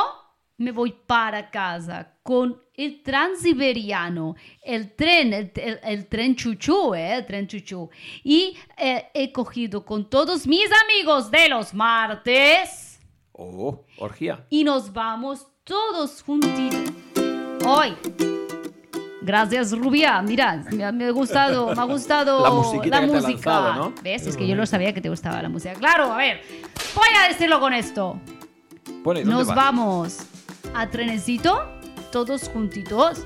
Speaker 1: me voy para casa con el transiberiano, el tren, el, el- el tren chuchú, ¿eh? El tren chuchú. Y eh, he cogido con todos mis amigos de los martes.
Speaker 2: Oh, orgía.
Speaker 1: y nos vamos todos juntitos. Hoy. Gracias, Rubia. Mira, me ha, me ha gustado, me ha gustado
Speaker 2: La musiquita que te ha
Speaker 1: música.
Speaker 2: lanzado, ¿no?
Speaker 1: ¿Ves? Es que yo lo sabía que te gustaba la música. Claro, a ver. Voy a decirlo con esto.
Speaker 2: Bueno, ¿y dónde
Speaker 1: Nos
Speaker 2: vas?
Speaker 1: vamos a trenecito, todos juntitos,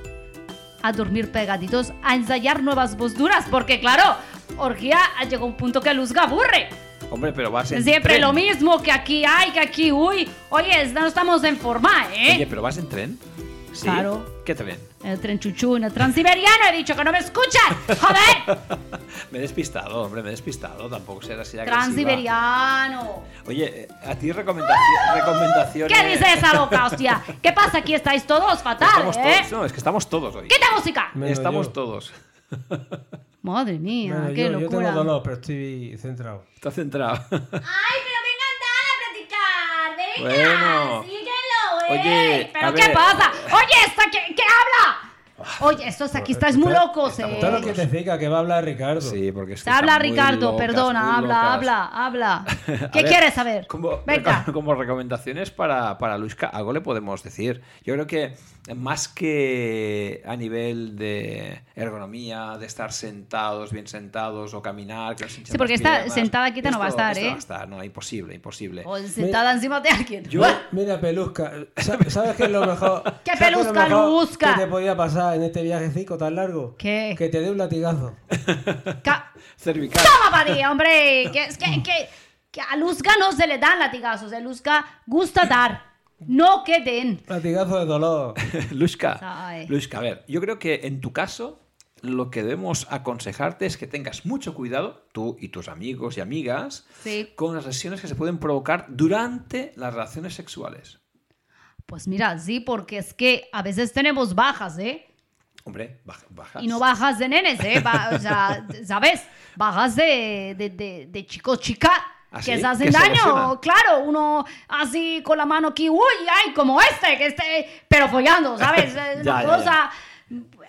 Speaker 1: a dormir pegaditos, a ensayar nuevas posturas, porque claro, orgía llegó a un punto que Luzga aburre.
Speaker 2: Hombre, pero vas en
Speaker 1: Siempre
Speaker 2: tren.
Speaker 1: lo mismo que aquí hay, que aquí, uy. Oye, no estamos en forma, ¿eh?
Speaker 2: Oye, pero vas en tren. Sí.
Speaker 1: Claro.
Speaker 2: ¿Qué tren? *laughs*
Speaker 1: El tren chuchú, el transiberiano, he dicho que no me escuchas.
Speaker 2: *laughs*
Speaker 1: ¡Joder!
Speaker 2: Me he despistado, hombre, me he despistado. Tampoco será así agresiva.
Speaker 1: Transiberiano.
Speaker 2: Oye, eh, a ti recomendaci- recomendaciones.
Speaker 1: ¿Qué dice esa loca, hostia? ¿Qué pasa? Aquí estáis todos fatal,
Speaker 2: Estamos
Speaker 1: ¿eh?
Speaker 2: todos, no, es que estamos todos hoy.
Speaker 1: ¡Quita música!
Speaker 3: Menos
Speaker 2: estamos
Speaker 3: yo.
Speaker 2: todos.
Speaker 1: Madre mía,
Speaker 3: Bueno,
Speaker 1: qué
Speaker 3: yo, yo
Speaker 1: locura.
Speaker 3: tengo dolor, pero estoy centrado.
Speaker 2: Está centrado.
Speaker 5: Ay, pero venga, andad a practicar. Venga,
Speaker 2: Bueno.
Speaker 5: síguelo, eh.
Speaker 2: Oye, a
Speaker 1: ¿Pero qué
Speaker 2: ver.
Speaker 1: pasa? Oye, esta, ¿qué, qué habla? Oye, estos aquí estáis muy locos,
Speaker 2: estamos
Speaker 1: ¿eh?
Speaker 3: Está lo que te diga que va a hablar
Speaker 2: *laughs*
Speaker 3: Ricardo.
Speaker 2: Sí, porque es que
Speaker 1: Se habla
Speaker 2: están muy
Speaker 1: Ricardo,
Speaker 2: locas,
Speaker 1: perdona,
Speaker 2: muy
Speaker 1: habla,
Speaker 2: locas.
Speaker 1: habla, habla.
Speaker 2: *laughs* A
Speaker 1: ¿Qué
Speaker 2: ver,
Speaker 1: quieres saber?
Speaker 2: Como,
Speaker 1: Venga.
Speaker 2: como recomendaciones para, para Luisca, algo le podemos decir. Yo creo que más que a nivel de ergonomía, de estar sentados, bien sentados o caminar, que nos hinchen
Speaker 1: Sí, porque
Speaker 2: las
Speaker 1: está
Speaker 2: piernas,
Speaker 1: sentada quieta no va a
Speaker 2: esto-
Speaker 1: estar,
Speaker 2: esto
Speaker 1: ¿eh?
Speaker 2: no va a estar, no, imposible, imposible.
Speaker 1: O sentada encima de alguien.
Speaker 2: Yo,
Speaker 3: Mira, Pelusca, sa- ¿sabes qué es lo mejor?
Speaker 1: *laughs* ¡Qué
Speaker 3: ¿Sabes es lo
Speaker 1: Pelusca,
Speaker 3: mejor
Speaker 1: Luzca!
Speaker 3: ¿Qué te podía pasar en este viajecito tan largo?
Speaker 1: ¿Qué?
Speaker 3: Que te dé un latigazo.
Speaker 1: Ca-
Speaker 2: cervical.
Speaker 1: ¡Toma, Padilla, hombre! Que, es que, que, que a Luzca no se le dan latigazos. A Luzca gusta dar, no que den.
Speaker 3: Latigazo de dolor.
Speaker 1: *laughs*
Speaker 2: *laughs* Luisca,
Speaker 1: Ay.
Speaker 2: Luisca, a ver, yo creo que en tu caso lo que debemos aconsejarte es que tengas mucho cuidado, tú y tus amigos y amigas,
Speaker 1: Sí.
Speaker 2: con las lesiones que se pueden provocar durante las relaciones sexuales.
Speaker 1: Pues mira, sí, porque es que a veces tenemos bajas, ¿eh?
Speaker 2: Hombre, baja, bajas.
Speaker 1: Y no bajas de nenes, ¿eh? Ba- o
Speaker 2: *laughs*
Speaker 1: sea, ¿sabes? Bajas de, de, de, de chico, chica.
Speaker 2: ¿Ah,
Speaker 1: que
Speaker 2: sí?
Speaker 1: se hacen
Speaker 2: ¿Que se
Speaker 1: daño,
Speaker 2: lesionan?
Speaker 1: claro, uno así con la mano aquí, uy, ay, como este, que esté, pero follando,
Speaker 2: *laughs*
Speaker 1: ¿sabes?
Speaker 2: Ya,
Speaker 1: Eh, La
Speaker 2: ya, ya. Ah,
Speaker 1: cosa,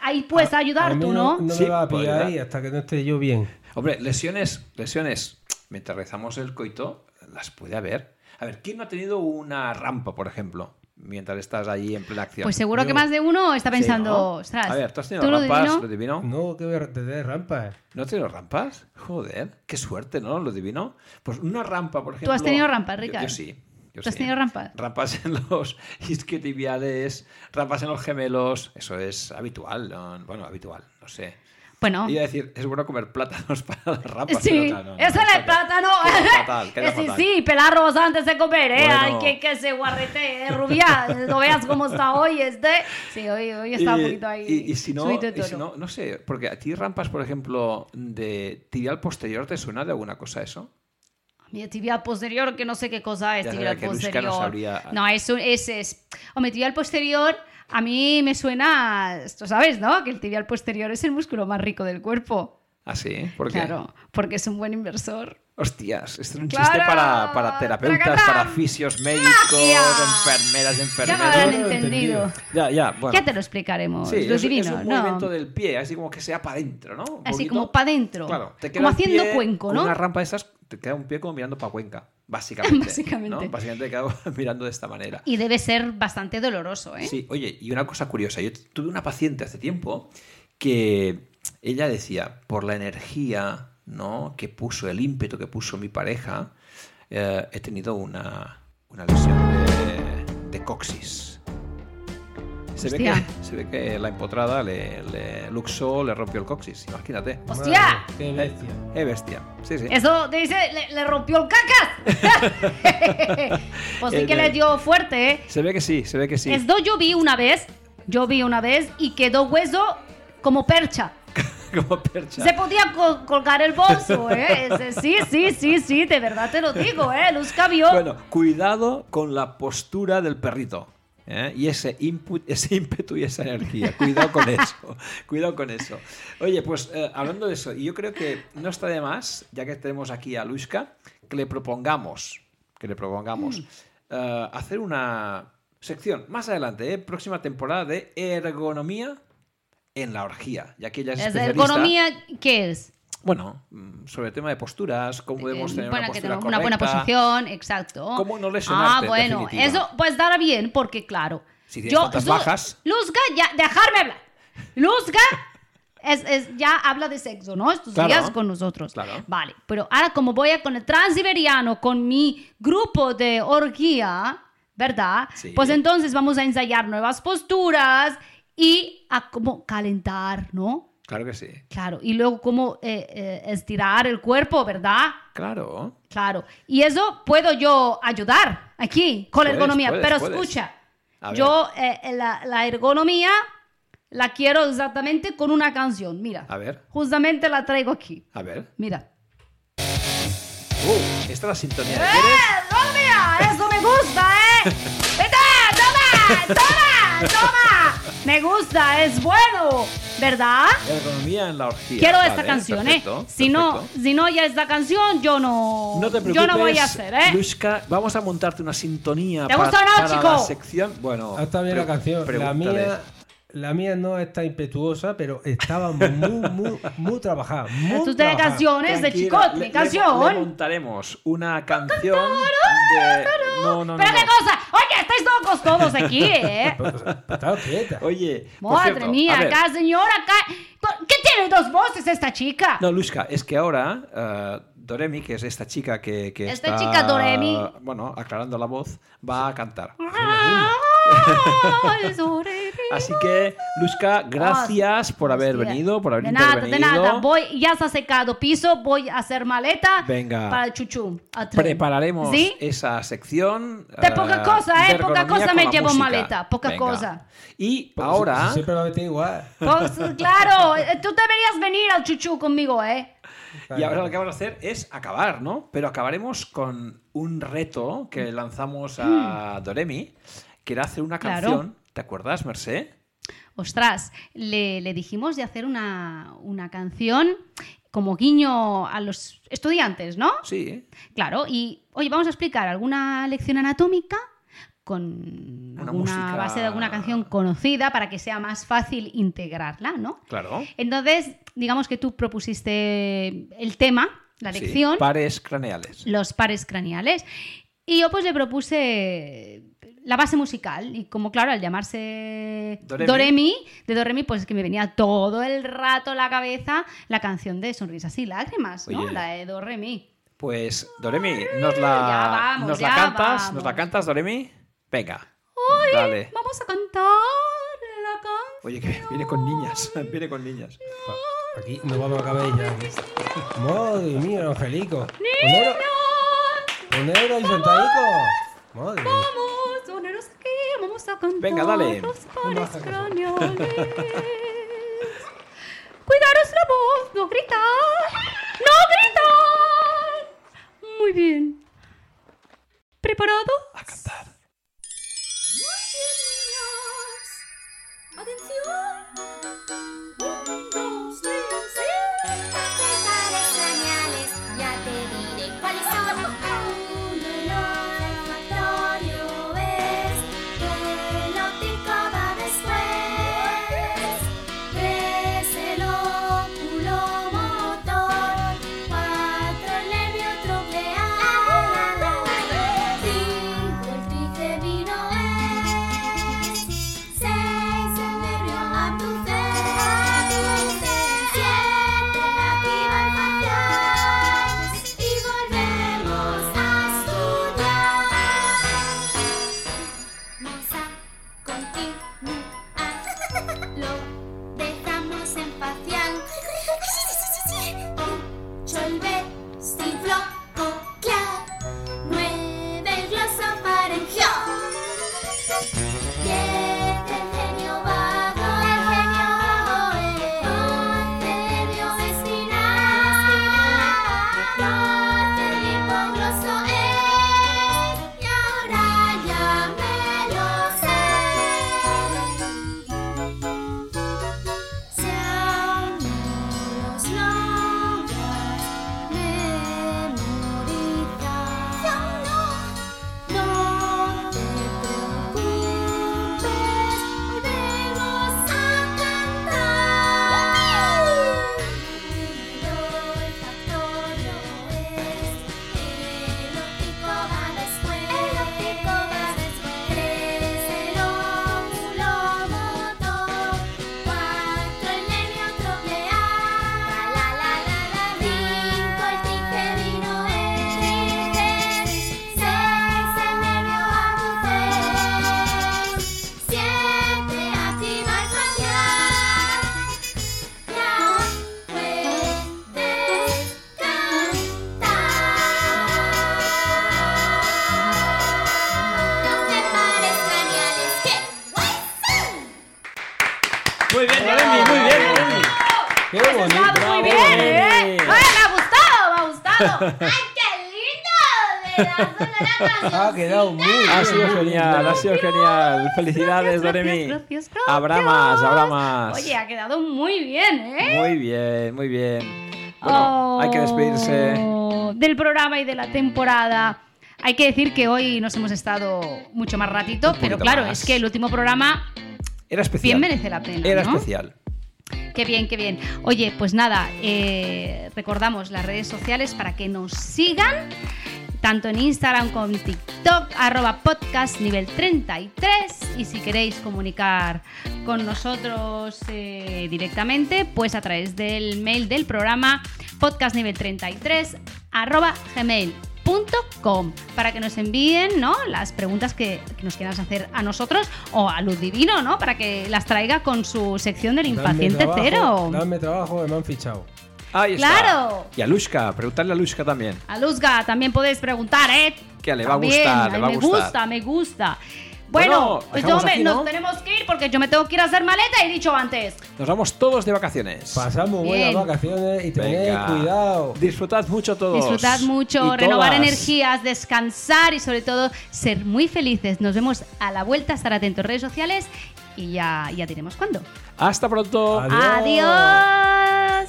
Speaker 1: ahí puedes ayudar
Speaker 3: A mí
Speaker 1: tú,
Speaker 3: no,
Speaker 1: ¿no?
Speaker 3: me
Speaker 2: Sí,
Speaker 3: va a
Speaker 2: podría.
Speaker 3: pillar ahí hasta que no esté yo bien.
Speaker 2: Hombre, lesiones, lesiones mientras rezamos el coito, las puede haber. A ver, ¿quién no ha tenido una rampa, por ejemplo? Mientras estás allí en plena acción.
Speaker 5: Pues seguro
Speaker 3: Yo-
Speaker 5: que más de uno está
Speaker 2: Sí,
Speaker 5: pensando,
Speaker 2: ¿no?
Speaker 5: ostras.
Speaker 2: A ver, ¿tú has tenido
Speaker 5: ¿tú lo
Speaker 2: rampas?
Speaker 5: divino?
Speaker 2: ¿Lo divino?
Speaker 3: No, que voy a tener rampas.
Speaker 2: ¿No has tenido rampas? Joder, qué suerte, ¿no? Lo divino. Pues una rampa, por ejemplo.
Speaker 5: has tenido rampas,
Speaker 2: Yo-
Speaker 5: Ricard?
Speaker 2: Yo, sí. yo
Speaker 5: ¿Tú has
Speaker 2: sí.
Speaker 5: tenido rampas?
Speaker 2: Rampas en los *laughs* isquiotibiales, rampas en los gemelos. Eso es habitual. ¿no? Bueno, habitual, no sé.
Speaker 5: Bueno,
Speaker 2: Iba a decir, es bueno comer plátanos *laughs* para las rampas.
Speaker 5: sí,
Speaker 2: pero no, no, no,
Speaker 5: eso
Speaker 2: no,
Speaker 5: es el
Speaker 2: queda-
Speaker 5: plátano.
Speaker 2: Queda
Speaker 5: *laughs*
Speaker 2: fatal, queda
Speaker 5: sí,
Speaker 2: fatal.
Speaker 5: sí, pelarlos antes de comer, ¿eh?
Speaker 2: Bueno.
Speaker 5: Ay, que, que se guarrete, eh, rubia. *laughs* No veas cómo está hoy este. Sí, hoy, hoy está
Speaker 2: Y-
Speaker 5: un poquito ahí.
Speaker 2: Y, y si no,
Speaker 5: subido de
Speaker 2: y si
Speaker 5: tono.
Speaker 2: no, no sé, porque a ti rampas, por ejemplo, de tibial posterior, ¿te suena de alguna cosa eso?
Speaker 5: Mi tibial posterior, que no sé qué cosa es
Speaker 2: Ya
Speaker 5: tibial
Speaker 2: sabía que Luisca
Speaker 5: posterior.
Speaker 2: no sabría-
Speaker 5: No, es un- es, es. Hombre, tibial posterior, a mí me suena. a- Tú sabes, ¿no? Que el tibial posterior es el músculo más rico del cuerpo.
Speaker 2: Ah, sí, ¿por qué?
Speaker 5: Claro, porque es un buen inversor.
Speaker 2: Hostias, este es un
Speaker 5: Claro.
Speaker 2: chiste para, para terapeutas,
Speaker 5: Tracatán.
Speaker 2: para fisios, médicos, enfermeras,
Speaker 5: Ya me
Speaker 2: enfermeros.
Speaker 3: no
Speaker 5: habrán
Speaker 3: lo he
Speaker 5: entendido.
Speaker 3: entendido.
Speaker 2: Ya, ya, bueno.
Speaker 5: Ya te lo explicaremos.
Speaker 2: Sí,
Speaker 5: lo
Speaker 2: es, es
Speaker 5: divino,
Speaker 2: un
Speaker 5: ¿no?
Speaker 2: movimiento del pie, así como que sea para adentro, ¿no? Un
Speaker 5: Así
Speaker 2: poquito.
Speaker 5: como para adentro.
Speaker 2: Claro, te queda
Speaker 5: como
Speaker 2: el
Speaker 5: haciendo
Speaker 2: pie
Speaker 5: cuenco,
Speaker 2: con
Speaker 5: ¿no?
Speaker 2: Una rampa de esas, te queda un pie como mirando para
Speaker 5: *laughs*
Speaker 2: Cuenca, básicamente.
Speaker 5: Básicamente.
Speaker 2: ¿no? Básicamente te queda *laughs* mirando de esta manera.
Speaker 5: Y debe ser bastante doloroso, ¿eh?
Speaker 2: Sí, oye, y una cosa curiosa, yo tuve una paciente hace tiempo que ella decía, por la energía, ¿no? que puso, el ímpetu que puso mi pareja, eh, he tenido una, una lesión de, de coxis. Se ve, que,
Speaker 5: Hostia.
Speaker 2: se ve que la empotrada le, le luxó, le rompió el coxis, imagínate.
Speaker 5: ¡Hostia!
Speaker 3: Madre, ¡Qué bestia!
Speaker 2: Eh, bestia. Sí, sí.
Speaker 5: Eso te dice, le, le rompió
Speaker 1: *laughs*
Speaker 5: el
Speaker 2: *laughs*
Speaker 5: cacas. pues sí
Speaker 2: El
Speaker 5: que
Speaker 2: de-
Speaker 5: le dio fuerte, ¿eh?
Speaker 2: Se ve que sí, se ve que sí.
Speaker 5: Esto yo vi una vez, yo vi una vez y quedó hueso como percha.
Speaker 2: *laughs* Como percha.
Speaker 5: Se podía col- colgar
Speaker 2: *laughs*
Speaker 5: el bolso, ¿eh? Ese- Sí, sí, sí, sí, de verdad te lo digo, ¿eh? Luzca vio.
Speaker 2: Bueno, cuidado con la postura del perrito. ¿eh? Y ese, input, *laughs* ese ímpetu y esa energía. Cuidado
Speaker 5: *laughs*
Speaker 2: con eso. cuidado con eso. Oye, pues eh, hablando de eso, y yo creo que no está de más, ya que tenemos aquí a Luisca, que le propongamos, que le propongamos
Speaker 5: Mm.
Speaker 2: eh, hacer una sección más adelante, ¿eh? próxima temporada de ergonomía en la orgía, ya que ella es,
Speaker 5: ¿Es de
Speaker 2: especialista-
Speaker 5: ergonomía qué es?
Speaker 2: Bueno, mm, sobre el tema de posturas, cómo podemos
Speaker 5: Eh,
Speaker 2: tener
Speaker 5: bueno,
Speaker 2: una
Speaker 5: que
Speaker 2: postura
Speaker 5: tenemos una buena
Speaker 2: correcta.
Speaker 5: posición, exacto.
Speaker 2: ¿Cómo no lesionarte,
Speaker 5: Ah,
Speaker 2: en
Speaker 5: bueno,
Speaker 2: definitiva?
Speaker 5: eso pues estará bien, porque claro.
Speaker 2: Si tienes tantas
Speaker 5: Lu-
Speaker 2: bajas.
Speaker 5: Luzga, ya, dejarme hablar. Luzga es, es- ya habla de sexo, ¿no? Estos
Speaker 2: Claro.
Speaker 5: días con nosotros.
Speaker 2: Claro.
Speaker 5: Vale, pero ahora como voy a con el transiberiano, con mi grupo de orgía, ¿verdad?
Speaker 2: Sí.
Speaker 5: Pues entonces vamos a ensayar nuevas posturas y a como calentar, ¿no?
Speaker 2: Claro que sí.
Speaker 5: Claro, y luego cómo eh, eh, estirar el cuerpo, ¿verdad?
Speaker 2: Claro.
Speaker 5: Claro. Y eso puedo yo ayudar aquí con la
Speaker 2: Puedes,
Speaker 5: ergonomía.
Speaker 2: puedes,
Speaker 5: Pero
Speaker 2: puedes.
Speaker 5: escucha,
Speaker 2: A ver.
Speaker 5: yo eh, la, la ergonomía la quiero exactamente con una canción. Mira.
Speaker 2: A ver.
Speaker 5: Justamente la traigo aquí.
Speaker 2: A ver.
Speaker 5: Mira.
Speaker 2: Uh, esta es la sintonía. ¿la
Speaker 5: ¡Eh!
Speaker 2: quieres?
Speaker 5: ¡Dolmia! ¡Eso me gusta,
Speaker 2: *laughs*
Speaker 5: eh! ¡Vete! ¡Toma! ¡Toma! ¡Toma! Me gusta, es bueno. ¿Verdad?
Speaker 2: Ergonomía en la orgía.
Speaker 5: Quiero
Speaker 2: Vale,
Speaker 5: esta canción,
Speaker 2: perfecto,
Speaker 5: ¿eh? Si no,
Speaker 2: perfecto.
Speaker 5: si no ya esta canción, yo no...
Speaker 2: No te preocupes,
Speaker 5: Yo no voy a hacer, ¿eh?
Speaker 2: Luisca, vamos a montarte una sintonía
Speaker 5: ¿Te
Speaker 2: para,
Speaker 5: gusta o no,
Speaker 2: para la
Speaker 5: chico?
Speaker 2: sección. Bueno,
Speaker 3: Ah, está bien la
Speaker 2: pre-
Speaker 3: canción. La
Speaker 2: pregúntale.
Speaker 3: mía, la mía no está impetuosa, pero estaba muy, muy,
Speaker 1: *laughs*
Speaker 3: muy trabajada. Muy
Speaker 5: Tú tienes
Speaker 3: trabajada.
Speaker 5: canciones de
Speaker 2: Tranquila,
Speaker 5: Chicot,
Speaker 2: le-
Speaker 5: mi
Speaker 2: le-
Speaker 5: canción.
Speaker 2: Le montaremos una canción de... No, no, no.
Speaker 5: Pero
Speaker 2: no.
Speaker 5: qué cosa, oye, estáis locos
Speaker 2: *laughs*
Speaker 5: todos aquí, ¿eh?
Speaker 3: Pero, pero Estaba quieta.
Speaker 2: Oye, por
Speaker 5: Madre
Speaker 2: cierto,
Speaker 5: mía,
Speaker 2: a ver,
Speaker 5: acá, señora, acá. ¿Qué tiene dos voces esta chica?
Speaker 2: No, Luisca, es que ahora eh, Doremi, que es esta chica que, que
Speaker 5: Esta
Speaker 2: está,
Speaker 5: chica Doremi.
Speaker 2: bueno, aclarando la voz, va a cantar.
Speaker 5: Ah, Ay, sobre-
Speaker 2: Así que, Luisca, gracias por haber
Speaker 5: Hostia.
Speaker 2: venido, por haber
Speaker 5: de nada,
Speaker 2: intervenido.
Speaker 5: De nada, voy, ya se ha secado piso, voy a hacer maleta
Speaker 2: Venga.
Speaker 5: para el chuchum. al tren.
Speaker 2: Prepararemos
Speaker 5: ¿Sí?
Speaker 2: esa sección.
Speaker 5: De poca
Speaker 2: eh,
Speaker 5: cosa,
Speaker 2: de
Speaker 5: eh, poca
Speaker 2: ergonomía
Speaker 5: cosa
Speaker 2: con
Speaker 5: me
Speaker 2: la
Speaker 5: llevo
Speaker 2: música.
Speaker 5: maleta, poca
Speaker 2: Venga.
Speaker 5: cosa.
Speaker 2: Y
Speaker 3: Pero si-
Speaker 2: ahora,
Speaker 3: Pues, si Siempre lo metí igual.
Speaker 5: Pues, claro, eh, tú deberías venir al chuchu conmigo, ¿eh?
Speaker 2: y ahora lo que vamos a hacer es acabar, ¿no? Pero acabaremos con un reto que lanzamos a Doremi, que era hacer una
Speaker 5: Hmm. Claro.
Speaker 2: canción. ¿Te acuerdas, Merced?
Speaker 5: Ostras, le, le dijimos de hacer una, una canción como guiño a los estudiantes, ¿no?
Speaker 2: Sí. ¿eh?
Speaker 5: Claro, y oye, vamos a explicar alguna lección anatómica con
Speaker 2: Una
Speaker 5: Mm, alguna
Speaker 2: música-
Speaker 5: base de alguna canción conocida para que sea más fácil integrarla, ¿no?
Speaker 2: Claro.
Speaker 5: Entonces, digamos que tú propusiste el tema
Speaker 1: la
Speaker 2: Sí,
Speaker 1: lección,
Speaker 2: pares craneales.
Speaker 1: los pares craneales. Y yo pues le propuse la base musical. Y como claro, al llamarse
Speaker 2: Doremi.
Speaker 1: Doremi, de Doremi, pues es que me venía todo el rato a la cabeza la canción de Sonrisas y Lágrimas, ¿no?
Speaker 2: Oye.
Speaker 1: La de Doremi.
Speaker 2: Pues, Doremi, nos
Speaker 1: Ya
Speaker 2: la,
Speaker 1: vamos,
Speaker 2: nos la
Speaker 1: ya
Speaker 2: cantas,
Speaker 1: vamos.
Speaker 2: nos la cantas, Doremi. Venga. Dale.
Speaker 1: Vamos a cantar la canción.
Speaker 2: Oye, que viene con niñas, *laughs* viene con niñas.
Speaker 3: Aquí nos vamos a acabar ya. Madre mía, Angelico. Ponero, ponero y sentadico. Madre mía.
Speaker 1: Vamos, soneros aquí, vamos a cantar
Speaker 2: Venga, dale.
Speaker 1: los pares
Speaker 3: Baja,
Speaker 1: craneales. Cuidaros la voz, no gritar, no gritar. Muy bien. ¿Preparado?
Speaker 2: A cantar.
Speaker 4: Pares craneales, ya te diré cuáles son. Uno en olfactorio es, el óptico va después. Tres el oculomotor, cuatro el nervio troclear, cinco el trigémino es. Seis el nervio abductor, siete la piba facial y volvemos a estudiar. Vamos a continuar, lo dejamos en facial. Ocho el vestíbulo coclear, nueve el glosofaringeo. Diez el este genio vago, el genio vago es. Once el bioespinal, doce el hipogloso es. Y ahora ya me lo sé. Si aún no los logras memorizar. Si aún no no te preocupes, volvemos a cantar. El factorio es, el óptico va después, el óptico va después. Tres el óvulo motor, cuatro el nervio tropear, la la la la cinco el trigémino es, seis el nervio agudo es, siete activa el facial. Ya puedes cantar. Los de pares craneales que guay son.
Speaker 2: Muy bien, Doremi, muy bien, Doremi.
Speaker 3: Qué
Speaker 1: Pues
Speaker 3: bonito.
Speaker 1: está muy
Speaker 3: bravo,
Speaker 1: bien, ¿eh?
Speaker 3: Doremi.
Speaker 1: Ay, me ha gustado, me ha gustado.
Speaker 4: ¡Ay, qué lindo! Me
Speaker 3: Ha quedado muy bien.
Speaker 2: Ha sido genial, ha sido genial. *laughs* Felicidades,
Speaker 1: Gracias,
Speaker 2: Doremi.
Speaker 1: gracias, gracias,
Speaker 2: Habrá más,
Speaker 1: gracias.
Speaker 2: habrá más.
Speaker 1: Oye, ha quedado muy bien, ¿eh?
Speaker 2: Muy bien, muy bien. Bueno,
Speaker 1: Oh,
Speaker 2: hay que despedirse.
Speaker 1: Del programa y de la temporada. Hay que decir que hoy nos hemos estado mucho más ratito,
Speaker 2: Un
Speaker 1: pero
Speaker 2: poquito
Speaker 1: claro,
Speaker 2: más.
Speaker 1: es que el último programa
Speaker 2: Era especial.
Speaker 1: bien merece la pena.
Speaker 2: Era
Speaker 1: ¿no?
Speaker 2: especial.
Speaker 1: Qué bien, qué bien. Oye, pues nada, eh, recordamos las redes sociales para que nos sigan, tanto en Instagram como en TikTok, arroba podcast nivel 33. Y si queréis comunicar con nosotros eh, directamente, pues a través del mail del programa podcastnivel 33 arroba gmail.com para que nos envíen ¿no? las preguntas que, que nos quieran hacer a nosotros o a Luz Divino, ¿no? Para que las traiga con su sección del
Speaker 3: Dame
Speaker 1: impaciente
Speaker 3: trabajo,
Speaker 1: cero.
Speaker 3: Dame trabajo, que me han fichado.
Speaker 2: Ahí está.
Speaker 1: Claro.
Speaker 2: Y a Lushka, preguntarle a Lushka también.
Speaker 1: A Luzga también podéis preguntar, ¿eh?
Speaker 2: Que le va a
Speaker 1: También,
Speaker 2: gustar, le
Speaker 1: ay,
Speaker 2: va a
Speaker 1: me
Speaker 2: gustar.
Speaker 1: gusta, me gusta. Bueno,
Speaker 2: Bueno,
Speaker 1: pues yo
Speaker 2: dejamos
Speaker 1: me-
Speaker 2: aquí, ¿no?
Speaker 1: nos tenemos que ir porque yo me tengo que ir a hacer maleta, he dicho antes.
Speaker 2: Nos vamos todos de vacaciones.
Speaker 3: Pasamos
Speaker 1: Bien.
Speaker 3: buenas vacaciones y tened
Speaker 2: Venga.
Speaker 3: cuidado.
Speaker 2: Disfrutad mucho todos.
Speaker 1: Disfrutad mucho,
Speaker 2: Y
Speaker 1: renovar
Speaker 2: todas.
Speaker 1: energías, descansar y sobre todo ser muy felices. Nos vemos a la vuelta, estar atentos redes sociales y ya, ya diremos cuándo.
Speaker 2: Hasta pronto.
Speaker 3: Adiós.
Speaker 1: Adiós.